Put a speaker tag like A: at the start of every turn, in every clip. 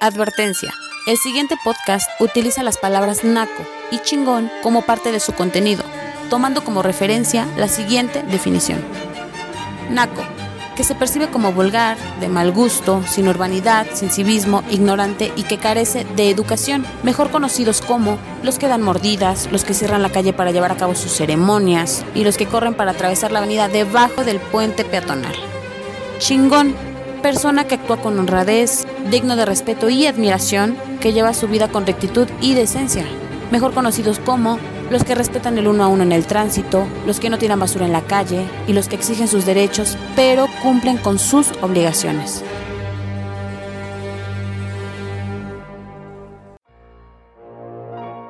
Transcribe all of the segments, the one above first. A: Advertencia. El siguiente podcast utiliza las palabras naco y chingón como parte de su contenido, tomando como referencia la siguiente definición. Naco, que se percibe como vulgar, de mal gusto, sin urbanidad, sin civismo, ignorante y que carece de educación, mejor conocidos como los que dan mordidas, los que cierran la calle para llevar a cabo sus ceremonias y los que corren para atravesar la avenida debajo del puente peatonal. Chingón, persona que actúa con honradez, digno de respeto y admiración, que lleva su vida con rectitud y decencia, mejor conocidos como los que respetan el uno a uno en el tránsito, los que no tiran basura en la calle y los que exigen sus derechos, pero cumplen con sus obligaciones.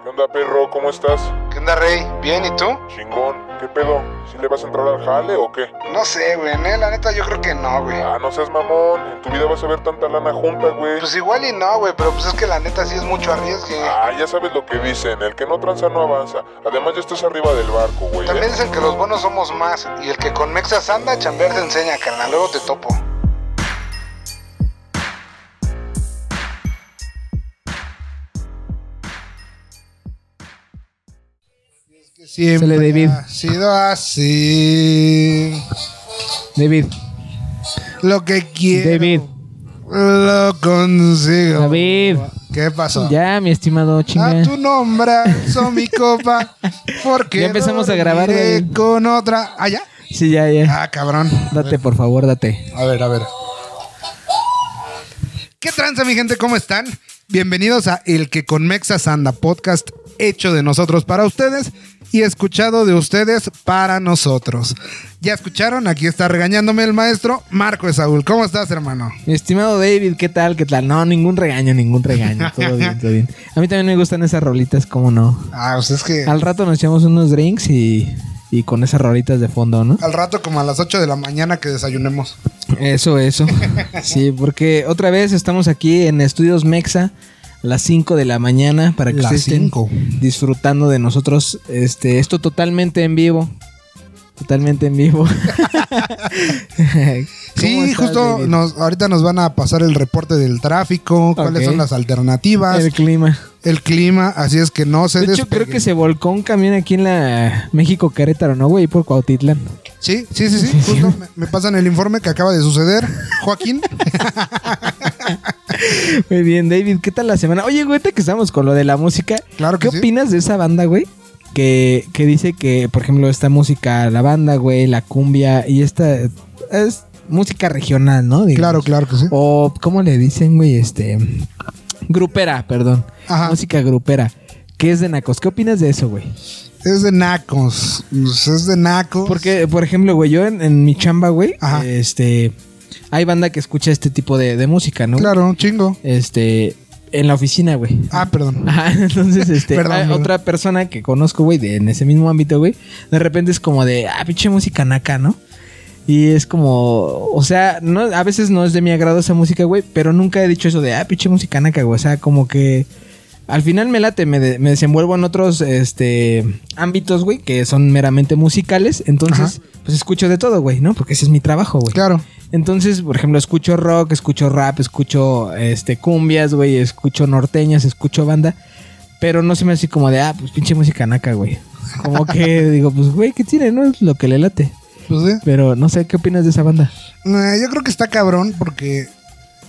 B: ¿Qué onda, perro? ¿Cómo estás?
C: ¿Qué onda, Rey? ¿Bien? ¿Y tú?
B: Chingón. ¿Qué pedo? ¿Si le vas a entrar al jale o qué?
C: No sé, güey. ne, La neta, yo creo que no, güey.
B: Ah, no seas mamón. En tu vida vas a ver tanta lana junta, güey.
C: Pues igual y no, güey. Pero pues es que la neta sí es mucho arriesgue.
B: Ah, ya sabes lo que dicen. El que no tranza no avanza. Además, ya estás arriba del barco, güey. ¿eh?
C: También dicen que los buenos somos más. Y el que con mexas anda, chambear te enseña, carnal. Luego te topo.
D: Se le Eh, David.
C: ha Ah, sido así.
D: David,
C: Lo que quiero.
D: David,
C: Lo consigo.
D: David.
C: ¿Qué pasó?
D: Ya, mi estimado
C: A
D: chinga.
C: tu nombre son mi copa. Porque
D: Ya empezamos a grabar,
C: dormiré
D: David.
C: con otra. ¿Ah, ya?
D: Sí, ya, ya.
C: Ah, cabrón.
D: Date, por favor, date.
C: A ver, a ver. ¿Qué tranza, mi gente? ¿Cómo están? Bienvenidos a El que con Mexas anda, podcast hecho de nosotros para ustedes y escuchado de ustedes para nosotros. Ya escucharon, aquí está regañándome el maestro Marco Esaúl. ¿Cómo estás, hermano?
D: Mi estimado David, ¿qué tal? ¿Qué tal? No, ningún regaño, ningún regaño. Todo bien, todo bien. A mí también me gustan esas rolitas, ¿cómo no?
C: Ah, pues es que
D: Al rato nos echamos unos drinks y, y con esas rolitas de fondo, ¿no?
C: al rato como a las 8 de la mañana que desayunemos.
D: Eso, eso. Sí, porque otra vez estamos aquí en Estudios Mexa a las 5 de la mañana para que
C: Las
D: ustedes estén
C: cinco.
D: disfrutando de nosotros. Este, esto totalmente en vivo. Totalmente en vivo.
C: Sí,
D: ¿Cómo estás,
C: justo
D: David?
C: nos, ahorita nos van a pasar el reporte del tráfico, cuáles
D: Ok.
C: son las alternativas,
D: El
C: el,
D: clima.
C: clima, así es que no se
D: De hecho,
C: despeguen.
D: creo que se volcó un camión aquí en la México Querétaro, ¿no, güey? Por Cuautitlán.
C: Sí, sí, sí, sí. Justo me, me pasan el informe que acaba de suceder, Joaquín.
D: Muy bien, David, ¿qué tal la semana? Oye, güey, ahorita que estamos con lo de la música.
C: Claro que
D: ¿Qué
C: sí.
D: opinas de esa banda, güey? Que, que dice que, por ejemplo, esta música, la banda, güey, la cumbia y esta es música regional, ¿no? Digamos.
C: Claro, claro que sí.
D: O, ¿cómo le dicen, güey? Este. Grupera, perdón.
C: Ajá.
D: Música grupera. Que es de Nacos. ¿Qué opinas de eso, güey?
C: Es de nacos. Pues Es de nacos.
D: Porque, por ejemplo, güey, yo en, en mi chamba, güey,
C: Ajá.
D: este. Hay banda que escucha este tipo de, de música, ¿no?
C: Claro, chingo.
D: Este. En la oficina, güey.
C: Ah, perdón.
D: Ajá, entonces, este,
C: Perdón,
D: hay
C: perdón.
D: otra persona que conozco, güey, de- en ese mismo ámbito, güey, de repente es como de, ah, pinche música naca, ¿no? Y es como, o sea, no, a veces no es de mi agrado esa música, güey, pero nunca he dicho eso de, ah, pinche música naca, güey, o sea, como que al final me late, me, de- me desenvuelvo en otros, este, ámbitos, güey, que son meramente musicales, entonces, pues escucho de todo, güey, ¿no? Porque ese es mi trabajo, güey.
C: Claro.
D: Entonces, por ejemplo, escucho rock, escucho rap, escucho este cumbias, güey, escucho norteñas, escucho banda, pero no se me hace como de, ah, pues pinche música naca, güey. Como que digo, pues güey, ¿qué tiene? No es lo que le late.
C: Pues sí.
D: Pero no sé, ¿qué opinas de esa banda?
C: Eh, yo creo que está cabrón porque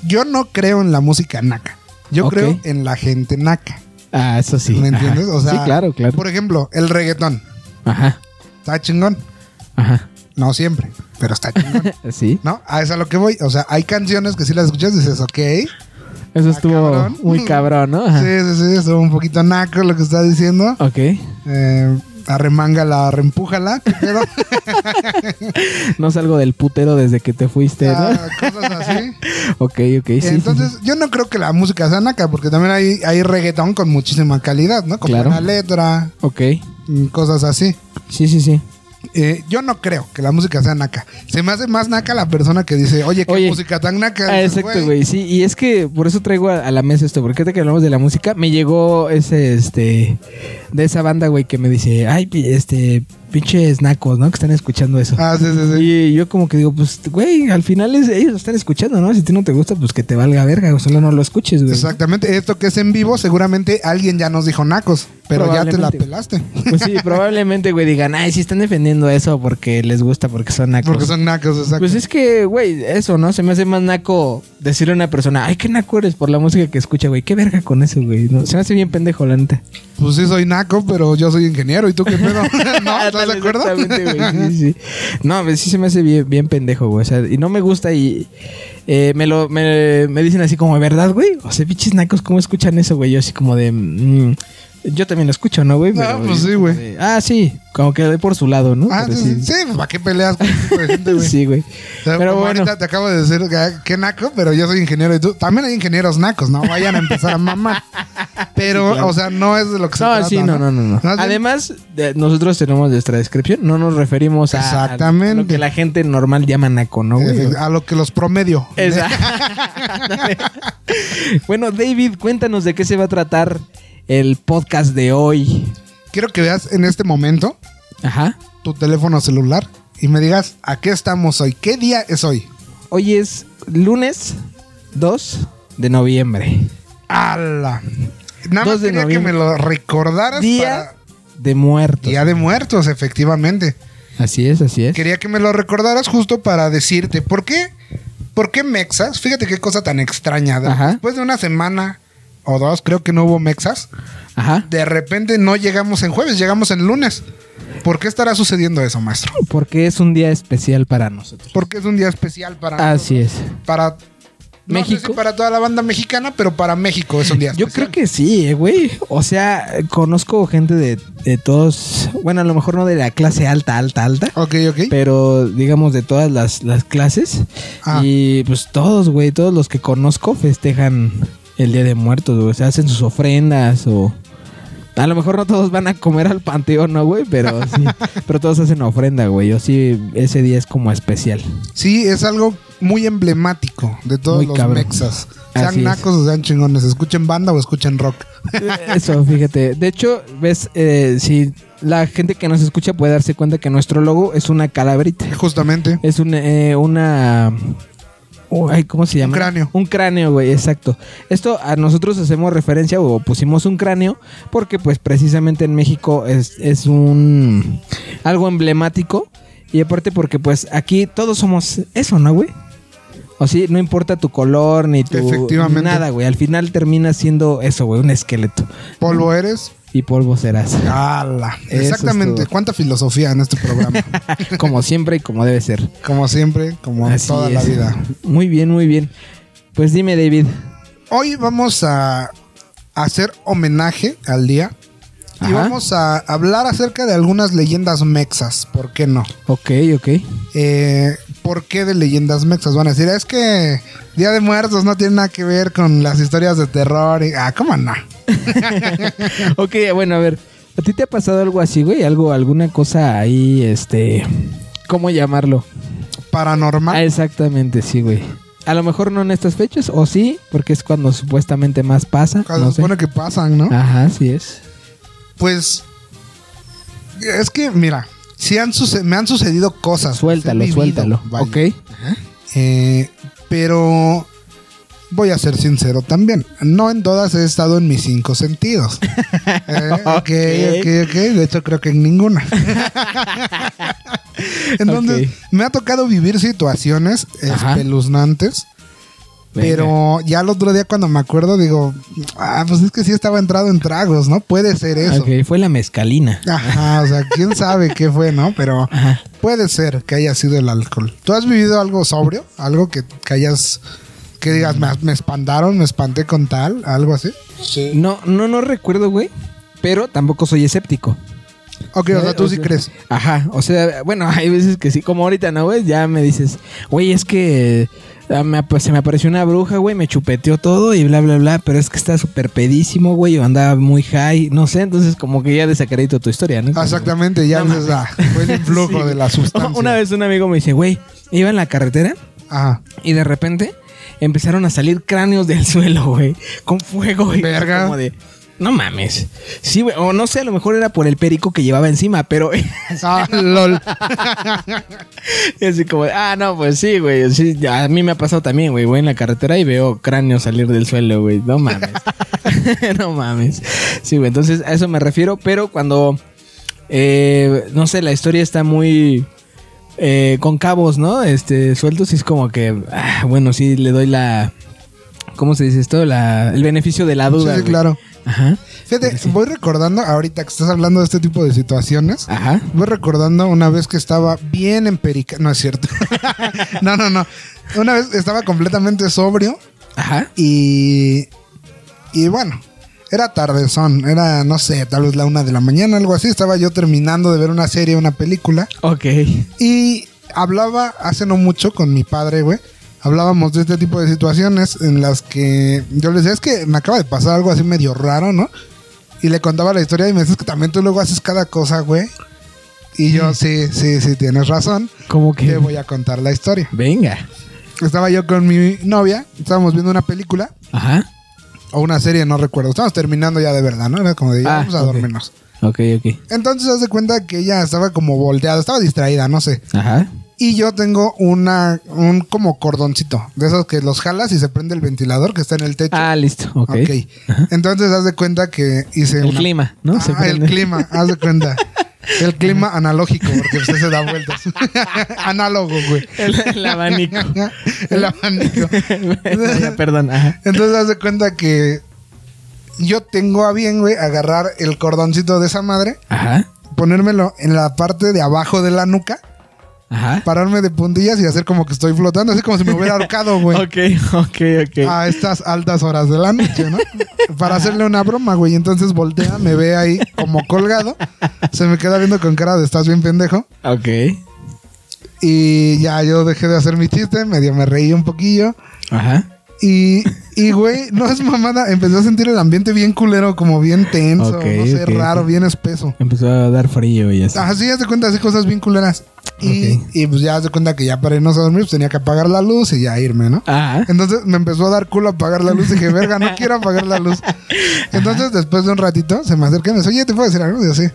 C: yo no creo en la música naca. Yo
D: Ok.
C: creo en la gente naca.
D: Ah, eso sí.
C: ¿Me
D: ajá.
C: entiendes? O sea,
D: sí, claro, claro.
C: Por ejemplo, el reggaetón.
D: Ajá,
C: Está chingón.
D: ajá.
C: No siempre, pero está chingón.
D: Sí,
C: ¿No? A eso es a lo que voy. O sea, hay canciones que si las escuchas dices, ok.
D: eso
C: Ah,
D: estuvo
C: cabrón.
D: muy cabrón, ¿no? Ajá. Ah.
C: Sí, sí, sí, estuvo un poquito naco lo que está diciendo.
D: Ok.
C: Eh, arremángala, reempújala, ¿qué pedo?
D: No salgo del putero desde que te fuiste, ¿no?
C: Ah, cosas así.
D: ok, ok, sí. sí,
C: Entonces, yo no creo que la música sea naca, porque también hay, hay reggaetón con muchísima calidad, ¿no? Con
D: Claro.
C: buena letra,
D: sí. Ok.
C: mm, cosas así.
D: Sí, sí, sí.
C: Eh, yo no creo que la música sea naca. Se me hace más naca la persona que dice, oye, qué
D: Oye.
C: música tan naca.
D: Ah,
C: Dices,
D: exacto, güey. Sí, y es que por eso traigo a, a la mesa esto, porque ahorita que hablamos de la música, me llegó ese, este, de esa banda, güey, que me dice, ay, pi- este, pinches nacos, ¿no? Que están escuchando eso.
C: Ah, sí, sí, sí.
D: Y yo como que digo, pues, güey, al final es- ellos lo están escuchando, ¿no? Si a ti no te gusta, pues que te valga verga, güey, solo no lo escuches, güey.
C: Exactamente. Esto que es en vivo, seguramente alguien ya nos dijo nacos, pero ya te la
D: Probablemente.
C: pelaste.
D: Pues sí, probablemente, güey, digan, ay, sí están defendiendo eso porque les gusta, porque son nacos.
C: Porque son nacos, exacto.
D: Pues es que, güey, eso, ¿no? Se me hace más naco decirle a una persona, ay, qué naco eres por la música que escucha, güey. Qué verga con eso, güey. No, se me hace bien pendejo, la neta.
C: Pues sí, soy naco, pero yo soy ingeniero. ¿Y tú qué pedo? ¿No? ¿Estás de
D: Ándale,
C: acuerdo?
D: exactamente, güey, sí, sí. No, pues, sí se me hace bien, bien pendejo, güey. O sea, y no me gusta y eh, me lo me, me dicen así como, ¿verdad, güey? O sea, pinches nacos, ¿cómo escuchan eso, güey? Yo así como de... mm, yo también lo escucho, ¿no, güey?
C: No,
D: Pero,
C: pues sí,
D: como
C: güey.
D: de, Ah, sí. Como que de por su lado, ¿no?
C: Ah,
D: Pero
C: sí, sí, sí, ¿para qué peleas con ese tipo de gente, güey?
D: Sí, güey.
C: O sea,
D: Pero
C: como
D: bueno.
C: ahorita te acabo de decir que- que naco, pero yo soy ingeniero y tú. También hay ingenieros nacos, no vayan a empezar a mamar. Pero, o sea, no es de lo que se
D: No,
C: trata,
D: sí, no, no, no. no.
C: Más bien,
D: Además, de- nosotros tenemos nuestra descripción, no nos referimos a,
C: Exactamente.
D: a lo que la gente normal llama naco, ¿no? güey?
C: eh, a lo que los promedio. Eh,
D: Esa. Ándale. bueno, David, cuéntanos de qué se va a tratar el podcast de hoy.
C: Quiero que veas en este momento
D: Ajá.
C: tu teléfono celular y me digas a qué estamos hoy, qué día es hoy.
D: Hoy es lunes 2 de noviembre.
C: ¡Hala! Nada más
D: Dos de
C: quería que me
D: noviembre.
C: lo recordaras
D: Día
C: para
D: de muertos.
C: Día de Muertos, efectivamente.
D: Así es, así es.
C: Quería que me lo recordaras justo para decirte por qué, por qué Mexas. Fíjate qué cosa tan extraña. ¿no?
D: Ajá.
C: Después de una semana o dos, creo que no hubo Mexas.
D: Ajá.
C: De repente no llegamos en jueves, llegamos en lunes. ¿Por qué estará sucediendo eso, maestro?
D: Porque es un día especial para nosotros.
C: Porque es un día especial para
D: Así es.
C: para no sé si
D: Ah, México.
C: para toda la banda mexicana, pero para México es un día.
D: Yo
C: especial.
D: creo que sí, eh, güey. O sea, conozco gente de, de todos. Bueno, a lo mejor no de la clase alta, alta, alta.
C: Ok, ok.
D: pero digamos de todas las, las clases.
C: Ah.
D: Y pues todos, güey, todos los que conozco festejan el Día de Muertos, güey. O sea, hacen sus ofrendas o... A lo mejor no todos van a comer al panteón, ¿no, güey? Pero sí, pero todos hacen ofrenda, güey. O sí, ese día es como especial.
C: Sí, es algo muy emblemático de todos
D: Muy
C: los
D: cabrón.
C: Mexas. Sean
D: Así es.
C: nacos o sean chingones, escuchen banda o escuchen rock.
D: Eso, fíjate. De hecho, ves, eh, si la gente que nos escucha puede darse cuenta que nuestro logo es una calaverita.
C: Justamente.
D: Es un, eh, una... oh, ay, ¿Cómo se llama?
C: cráneo.
D: Un cráneo, güey, exacto. Esto a nosotros hacemos referencia o pusimos un cráneo porque pues precisamente en México es, es un... algo emblemático. Y aparte porque pues aquí todos somos eso, ¿no, güey? O sí, no importa tu color ni tu...
C: Efectivamente.
D: Nada, güey. Al final termina siendo eso, güey, un esqueleto.
C: Polvo eres.
D: Y polvo serás.
C: Ah. ¡Hala!
D: Eso
C: Exactamente.
D: es todo.
C: ¿Cuánta filosofía en este programa?
D: como siempre y como debe ser.
C: como siempre, como
D: Así
C: toda la
D: es.
C: vida.
D: Muy bien, muy bien. Pues dime, David.
C: Hoy vamos a hacer homenaje al día y
D: Ajá.
C: vamos a hablar acerca de algunas leyendas mexas. ¿Por qué no?
D: Ok, ok.
C: Eh, ¿Por qué de leyendas mexas? Van a decir, es que Día de Muertos no tiene nada que ver con las historias de terror. y- ah, ¿cómo no?
D: Ok, bueno, a ver. ¿A ti te ha pasado algo así, güey? Algo, alguna cosa ahí, este... ¿Cómo llamarlo? Ah,
C: Paranormal.
D: exactamente, sí, güey. A lo mejor no en estas fechas, o sí, porque es cuando supuestamente más pasa.
C: Cuando
D: no
C: se
D: sé.
C: supone que pasan, ¿no?
D: Ajá, sí es.
C: Pues es que, mira, sí han suce- me han sucedido cosas.
D: Suéltalo,
C: He vivido,
D: suéltalo.
C: vaya.
D: Ok.
C: Eh, pero voy a ser sincero también. No en todas he estado en mis cinco sentidos. Eh, ok, ok, ok. De hecho, creo que en ninguna. Entonces,
D: Ok.
C: me ha tocado vivir situaciones
D: Ajá.
C: espeluznantes.
D: Venga.
C: Pero ya el otro día cuando me acuerdo digo, ah, pues es que sí estaba entrado en tragos, ¿no? Puede ser eso.
D: Ah, Ok, fue la mezcalina.
C: Ajá, o sea, quién sabe qué fue, ¿no? Pero
D: Ajá.
C: puede ser que haya sido el alcohol. ¿Tú has vivido algo sobrio? ¿Algo que, que hayas... Que digas, me, me espantaron, me espanté con tal, algo así? Sí.
D: No, no, no recuerdo, güey. Pero tampoco soy escéptico.
C: Ok, o sea, tú
D: O
C: sí
D: sea,
C: crees.
D: Ajá, o sea, bueno, hay veces que sí, como ahorita, ¿no, güey? Ya me dices, güey, es que eh, me ap- se me apareció una bruja, güey, me chupeteó todo y bla, bla, bla, pero es que está súper pedísimo, güey, o andaba muy high, no sé, entonces como que ya desacredito tu historia, ¿no? Como-
C: Ah, Exactamente, ya
D: No
C: dices, ah, fue el influjo
D: Sí.
C: de la sustancia.
D: Una vez un amigo me dice, güey, iba en la carretera
C: Ajá.
D: y de repente empezaron a salir cráneos del suelo, güey, con fuego. Y
C: Verga.
D: Como de, No mames. Sí, güey. O no sé, a lo mejor era por el perico que llevaba encima, pero.
C: Ah, lol.
D: Y así como, ah, no, pues sí, güey. Sí, a mí me ha pasado también, güey. Voy en la carretera y veo cráneos salir del suelo, güey. No mames. no mames. Sí, güey. Entonces, a eso me refiero. Pero cuando, eh, no sé, la historia está muy eh, con cabos, ¿no? Este, sueltos, y es como que, ah, bueno, sí, le doy la... ¿Cómo se dice esto? La, el beneficio de la duda.
C: Sí, sí,
D: güey.
C: claro.
D: Ajá.
C: Fíjate, voy recordando, ahorita que estás hablando de este tipo de situaciones,
D: Ajá.
C: voy recordando una vez que estaba bien emperica. No es cierto. no, no, no. Una vez estaba completamente sobrio
D: Ajá.
C: y. Y bueno, era tardezón. Era, no sé, tal vez la una de la mañana, algo así. Estaba yo terminando de ver una serie, una película.
D: Ok.
C: Y hablaba hace no mucho con mi padre, güey. Hablábamos de este tipo de situaciones en las que yo le decía, es que me acaba de pasar algo así medio raro, ¿no? Y le contaba la historia y me decía, "Es que también tú luego haces cada cosa, güey. Y yo, sí, sí, sí, tienes razón.
D: Como que...
C: Te voy a contar la historia.
D: Venga.
C: Estaba yo con mi novia, estábamos viendo una película
D: Ajá.
C: o una serie, no recuerdo. Estábamos terminando ya de verdad, ¿no? Era como de, ya,
D: Ah,
C: vamos a
D: ok.
C: dormirnos.
D: Ok, ok.
C: Entonces, haz de cuenta que ella estaba como volteada, estaba distraída, no sé.
D: Ajá.
C: Y yo tengo una, un como cordoncito, de esos que los jalas y se prende el ventilador que está en el techo.
D: Ah, listo. Ok.
C: Ok. Entonces haz de cuenta que hice
D: El
C: una-
D: clima, ¿no? Se
C: Ah, el
D: prende.
C: clima, haz de cuenta. El clima analógico, porque usted se da vueltas. Análogo, güey.
D: El, el abanico.
C: El abanico.
D: Ya, perdón. Ajá.
C: Entonces haz de cuenta que yo tengo a bien, güey, agarrar el cordoncito de esa madre,
D: Ajá.
C: ponérmelo en la parte de abajo de la nuca.
D: Ajá.
C: pararme de puntillas y hacer como que estoy flotando, así como si me hubiera ahorcado, güey. Ah,
D: Ok, ok, ok.
C: A estas altas horas de la noche, ¿no? Para hacerle una broma, güey. Entonces voltea, me ve ahí como colgado. Se me queda viendo con cara de estás bien pendejo.
D: Ok.
C: Y ya yo dejé de hacer mi chiste, medio me reí un poquillo.
D: Ajá.
C: Y, y, güey, no es mamada. Empecé a sentir el ambiente bien culero, como bien tenso,
D: Ok,
C: no sé,
D: ok,
C: raro,
D: ok.
C: bien espeso.
D: Empezó a dar frío y así.
C: Así ya se cuenta, así cosas bien culeras. Y,
D: Ok.
C: y pues ya se cuenta que ya para irnos a dormir pues, tenía que apagar la luz y ya irme, ¿no?
D: Ajá.
C: Entonces me empezó a dar culo apagar la luz. Dije, verga, no quiero apagar la luz. Entonces, después de un ratito, se me acerca y me dice, oye, ¿te puedo decir algo? Y yo, sí.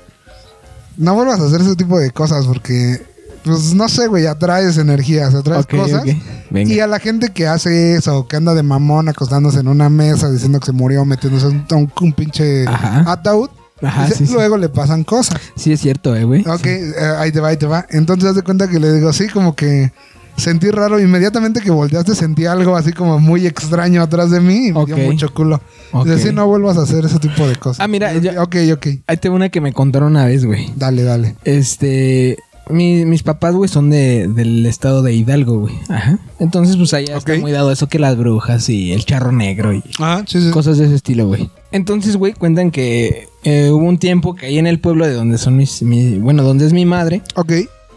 C: No vuelvas a hacer ese tipo de cosas porque, pues, no sé, güey, atraes energías, atraes
D: Ok,
C: cosas.
D: ok. Venga.
C: Y a la gente que hace eso, que anda de mamón acostándose en una mesa diciendo que se murió, metiéndose en un, un pinche
D: Ajá.
C: ataúd.
D: Ajá,
C: dice,
D: sí, sí.
C: luego le pasan cosas.
D: Sí, es cierto, eh, güey.
C: Ok, eh, ahí te va, ahí te va. Entonces haz de cuenta que le digo, sí, como que sentí raro. Inmediatamente que volteaste sentí algo así como muy extraño atrás de mí y me
D: Ok.
C: dio mucho culo.
D: Ok.
C: Dice, sí, no vuelvas a hacer ese tipo de cosas.
D: Ah, mira,
C: Y yo,
D: ya-
C: Ok, ok.
D: Ahí tengo una que me contaron una vez, güey.
C: Dale, dale.
D: Este. mi- mis papás, güey, son de, del estado de Hidalgo, güey. Ajá. Entonces, pues allá
C: Ok.
D: está muy dado eso que las brujas y el charro negro y
C: Ah, sí, sí.
D: cosas de ese estilo, güey. Mm. Entonces, güey, cuentan que eh, hubo un tiempo que ahí en el pueblo de donde son mis. mi- bueno, donde es mi madre,
C: Ok,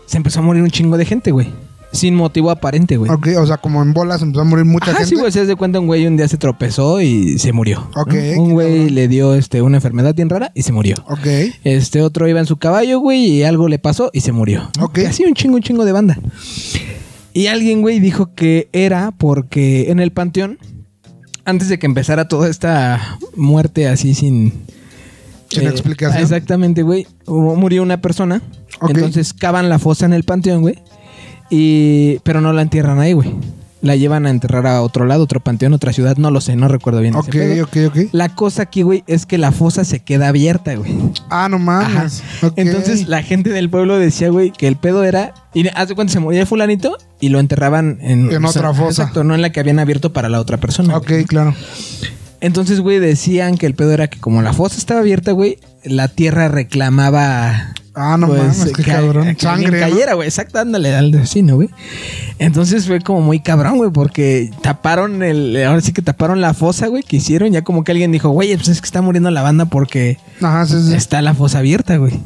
D: se empezó a morir un chingo de gente, güey. Sin motivo aparente, güey.
C: ok. O sea, como en bolas empezó a morir mucha
D: Ajá,
C: gente.
D: sí, güey, se de cuenta un güey un día se tropezó y se murió. ¿no?
C: Ok, qué
D: Un güey le dio este, una enfermedad bien rara y se murió.
C: Ok,
D: Este otro iba en su caballo, güey, y algo le pasó y se murió.
C: Ok.
D: Y Así un chingo, un chingo de banda. Y alguien, güey, dijo que era porque en el panteón, antes de que empezara toda esta muerte así sin... eh,
C: Sin explicación.
D: Exactamente, güey. hu- Murió una persona.
C: Ok.
D: Entonces cavan la fosa en el panteón, güey. Y... Pero no la entierran ahí, güey. La llevan a enterrar a otro lado, otro panteón, otra ciudad. No lo sé, no recuerdo bien. ese
C: ok,
D: pedo.
C: ok, ok.
D: La cosa aquí, güey, es que la fosa se queda abierta, güey.
C: Ah, no
D: Ajá.
C: mames. Ok.
D: Entonces la gente del pueblo decía, güey, que el pedo era. Y hace cuando se moría fulanito y lo enterraban en,
C: En otra fosa.
D: Exacto, no en la que habían abierto para la otra persona.
C: Ok,
D: güey.
C: claro.
D: Entonces, güey, decían que el pedo era que como la fosa estaba abierta, güey, la tierra reclamaba.
C: Ah, no mames, qué
D: Pues, eh, que-
C: cabrón.
D: que alguien
C: Sangre, ¿no?
D: cayera, güey. Exacto, ándale al vecino, güey. Entonces fue como muy cabrón, güey, porque taparon el. Ahora sí que taparon la fosa, güey, que hicieron. Ya como que alguien dijo, güey, pues es que está muriendo la banda porque
C: Ajá, sí, sí.
D: está la fosa abierta, güey.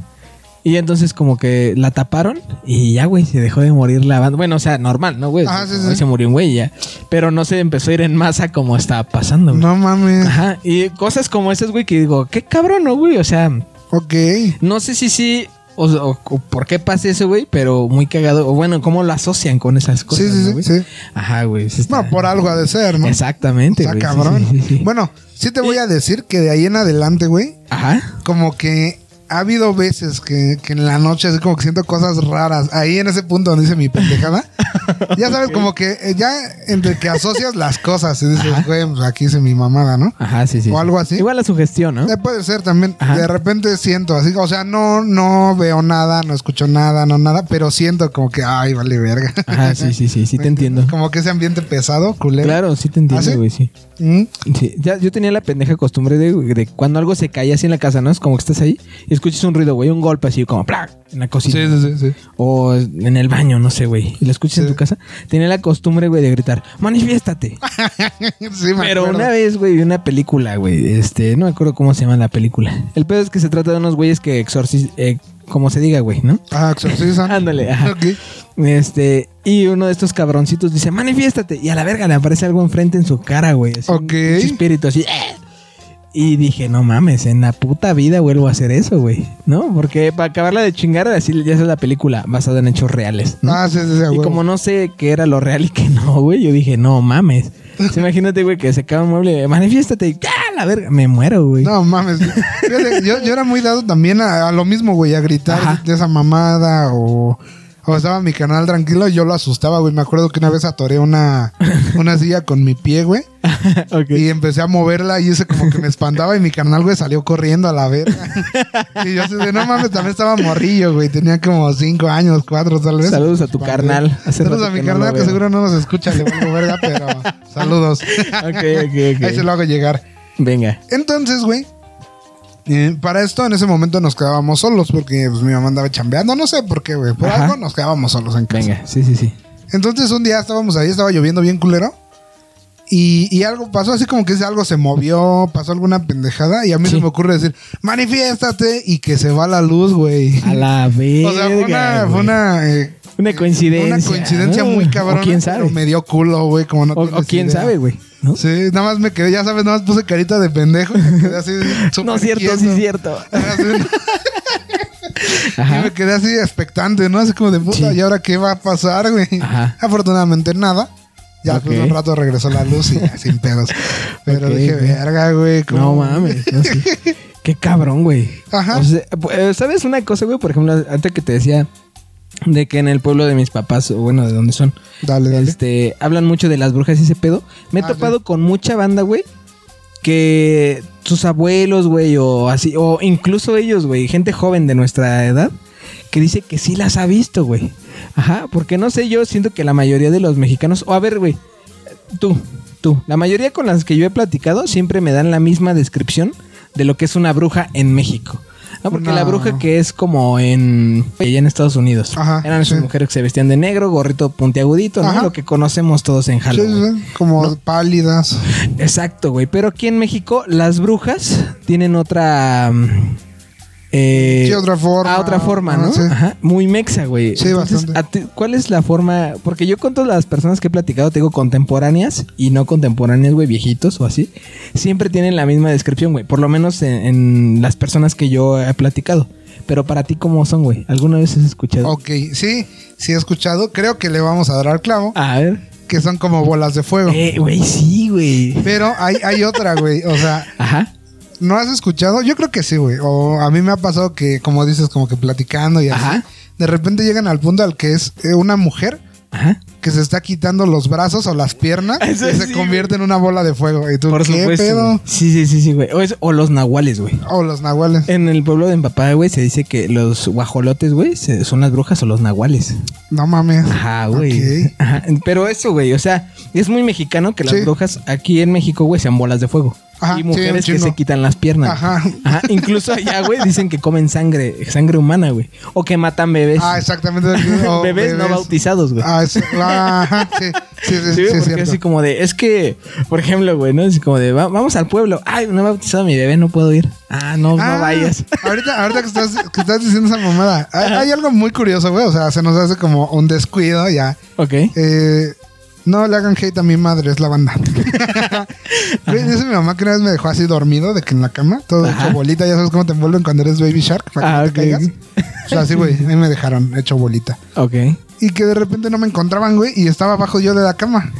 D: Y entonces como que la taparon y ya, güey, se dejó de morir la banda. Bueno, o sea, normal, ¿no, güey?
C: Ajá, Ah, sí,
D: Hoy
C: sí.
D: se murió un güey y ya. Pero no se empezó a ir en masa como estaba pasando, güey.
C: No mames.
D: Ajá. Y cosas como esas, güey, que digo, qué cabrón, ¿no, güey? O sea,
C: Ok.
D: no sé si sí o, o- o por qué pasa eso, güey, pero muy cagado. O bueno, cómo lo asocian con esas cosas.
C: Sí, sí,
D: ¿no,
C: sí,
D: güey?
C: sí.
D: Ajá, güey. sí está-
C: No, por algo ha de ser, ¿no?
D: Exactamente,
C: Está
D: güey. sí,
C: cabrón.
D: sí, sí, sí.
C: Bueno, sí te voy a decir que de ahí en adelante, güey,
D: Ajá.
C: como que ha habido veces que, que en la noche así como que siento cosas raras. Ahí en ese punto donde dice mi pendejada. ya sabes, como que eh, ya entre que asocias las cosas y dices, güey, pues aquí hice mi mamada, ¿no?
D: Ajá, sí, sí.
C: O
D: sí.
C: algo así.
D: Igual la sugestión, ¿no?
C: Eh, puede ser también.
D: Ajá.
C: De repente siento así, o sea, no, no veo nada, no escucho nada, no nada, pero siento como que, ay, vale verga.
D: Ajá, sí, sí, sí, sí te entiendo.
C: Como que ese ambiente pesado, culero.
D: Claro, sí
C: ¿Ah, sí?
D: te entiendo, güey, sí.
C: Mm.
D: Sí, ya, yo tenía la pendeja costumbre de, de cuando algo se cae así en la casa, ¿no? Es como que estás ahí y escuchas un ruido, güey, un golpe así como ¡plac! en la cocina.
C: sí, sí.
D: O en el baño, no sé, güey. Y lo escuchas en tu casa. Tenía la costumbre, güey, de gritar, manifiéstate.
C: Sí, me
D: Pero
C: acuerdo.
D: una vez, güey, vi una película, güey. Este, no me acuerdo cómo se llama la película. El pedo es que se trata de unos güeyes que exorcizan, como se diga, güey, ¿no?
C: Ah, exorcizan.
D: Ándale, ajá.
C: Ok.
D: Este, y uno de estos cabroncitos dice, manifiéstate. Y a la verga le aparece algo enfrente en su cara, güey. así,
C: Ok.
D: un pinche espíritu así. ¡eh! Y dije, no mames, en la puta vida vuelvo a hacer eso, güey. ¿No? Porque para acabarla de chingar, así ya es la película basada en hechos reales. ¿no?
C: Ah, sí, sí, sí. a
D: y
C: huevo.
D: como no sé qué era lo real y qué no, güey, yo dije, no mames. Entonces, imagínate, güey, que se acaba un mueble, manifiéstate. Y, ¡ah, la verga! Me muero, güey.
C: No mames. Fíjate, yo, yo era muy dado también a, a lo mismo, güey, a gritar
D: Ajá.
C: de esa mamada o, o estaba en mi canal tranquilo y yo lo asustaba, güey. Me acuerdo que una vez atoré una, una silla con mi pie, güey,
D: Ok.
C: y empecé a moverla y ese como que me espantaba y mi canal, güey, salió corriendo a la verga. y yo así de, no mames, también estaba morrillo, güey. Tenía como cinco años, cuatro tal vez.
D: Saludos a tu
C: Vale.
D: carnal. Hace
C: Saludos
D: rato
C: a mi
D: que no lo
C: carnal que
D: veo.
C: seguro no nos escucha, le vuelvo verga, pero saludos.
D: Ok, ok,
C: Ahí se lo
D: ok.
C: hago llegar.
D: Venga.
C: Entonces, güey, eh, para esto en ese momento nos quedábamos solos porque pues, mi mamá andaba chambeando, no sé por qué, güey. Por
D: Ajá.
C: algo nos quedábamos solos en casa.
D: Venga, sí, sí, sí.
C: Entonces un día estábamos ahí, estaba lloviendo bien culero. Y, y algo pasó, así como que algo se movió, pasó alguna pendejada. Y a mí
D: Sí.
C: se me ocurre decir, manifiéstate y que se va la luz, güey.
D: A la verga.
C: O sea, fue una, fue
D: güey.
C: una, eh,
D: Una coincidencia.
C: una coincidencia
D: ¿no?
C: muy cabrona.
D: O quién
C: Pero
D: sabe.
C: me dio culo, güey, como no
D: o, o
C: tienes
D: quién
C: idea.
D: sabe, güey. ¿No?
C: Sí, nada más me quedé, ya sabes, nada más puse carita de pendejo. y me quedé así, súper
D: No es cierto,
C: quieto.
D: sí es cierto.
C: Y
D: Ajá.
C: me quedé así expectante, ¿no? Así como de puta,
D: Sí.
C: ¿y ahora qué va a pasar, güey?
D: Ajá.
C: Afortunadamente nada. Ya después de
D: Ok.
C: un rato regresó la luz y ya, sin pedos. Pero
D: Ok,
C: dije,
D: güey.
C: verga, güey. ¿cómo?"
D: No mames. no, sí. Qué cabrón, güey.
C: Ajá.
D: O sea, eh, ¿Sabes una cosa, güey? Por ejemplo, antes que te decía de que en el pueblo de mis papás, o bueno, de donde son,
C: Dale, dale.
D: este, hablan mucho de las brujas y ese pedo. Me he
C: Ah,
D: topado con mucha banda, güey, que sus abuelos, güey, o así, o incluso ellos, güey, gente joven de nuestra edad, que dice que sí las ha visto, güey. Ajá, porque no sé, yo siento que la mayoría de los mexicanos, o a ver, güey, tú, tú, la mayoría con las que yo he platicado siempre me dan la misma descripción de lo que es una bruja en México. No, porque la
C: No.
D: bruja que es como en, allá en Estados Unidos.
C: Ajá,
D: Eran sus
C: sí.
D: mujeres que se vestían de negro, gorrito puntiagudito, ¿no?
C: Ajá.
D: Lo que conocemos todos en
C: Sí,
D: Halloween.
C: sí, sí, como pálidas.
D: Exacto, güey. Pero aquí en México, las brujas tienen otra. mm, eh,
C: Sí, otra forma.
D: Ah, otra forma,
C: Ah,
D: ¿no?
C: sí.
D: Ajá. Muy mexa, güey.
C: Sí, bastante.
D: ¿a ti- ¿Cuál es la forma? Porque yo con todas las personas que he platicado, te digo contemporáneas y no contemporáneas, güey, viejitos o así, siempre tienen la misma descripción, güey. Por lo menos en, en las personas que yo he platicado. Pero para ti, ¿cómo son, güey? ¿Alguna vez has escuchado?
C: Ok, sí, sí he escuchado. Creo que le vamos a dar al clavo,
D: A ver.
C: que son como bolas de fuego.
D: Ah. Eh, Güey, sí, güey.
C: Pero hay, hay otra, güey. O sea,
D: Ajá.
C: ¿No has escuchado? Yo creo que sí, güey. O a mí me ha pasado que, como dices, como que platicando y así.
D: Ajá.
C: De repente llegan al punto al que es eh, una mujer
D: Ajá.
C: que se está quitando los brazos o las piernas
D: Eso
C: y se
D: sí,
C: convierte en una bola de fuego. Y tú,
D: Por
C: ¿qué
D: supuesto.
C: pedo?
D: güey. Sí, sí, sí, sí, güey. O, es- o los nahuales, güey.
C: O los nahuales.
D: En el pueblo de Empapá, güey, se dice que los guajolotes, güey, se- son las brujas o los nahuales.
C: No mames.
D: Ajá, güey.
C: Ok.
D: Ajá. Pero eso, güey, o sea, es muy mexicano que las
C: Sí.
D: brujas aquí en México, güey, sean bolas de fuego.
C: Ajá,
D: y
C: sí,
D: mujeres
C: un
D: que
C: chingo.
D: se quitan las piernas.
C: Ajá.
D: Ajá. Incluso allá, güey, dicen que comen sangre, sangre humana, güey. O que matan bebés.
C: Ah, Oh, exactamente. O
D: bebés, no bautizados, güey.
C: Ah, sí, ah, ajá, sí, sí, sí,
D: Sí,
C: sí,
D: güey,
C: es
D: porque
C: cierto.
D: así como de, es que, por ejemplo, güey, ¿no? Es como de, va- vamos al pueblo. Ay, no he bautizado a mi bebé, no puedo ir. Ah, no,
C: Ah,
D: no vayas.
C: Ahorita, ahorita que, estás, que estás diciendo esa mamada, hay, hay algo muy curioso, güey. O sea, se nos hace como un descuido ya.
D: Ok.
C: Eh, No le hagan hate a mi madre, es la banda. Güey, Dice mi mamá que una vez me dejó así dormido, de que en la cama, todo hecho bolita. Ya sabes cómo te envuelven cuando eres Baby Shark, para
D: Ah,
C: que no te
D: ok.
C: caigas. O sea, así, güey, ahí me dejaron hecho bolita.
D: Ok.
C: Y que de repente no me encontraban, güey, y estaba abajo yo de la cama.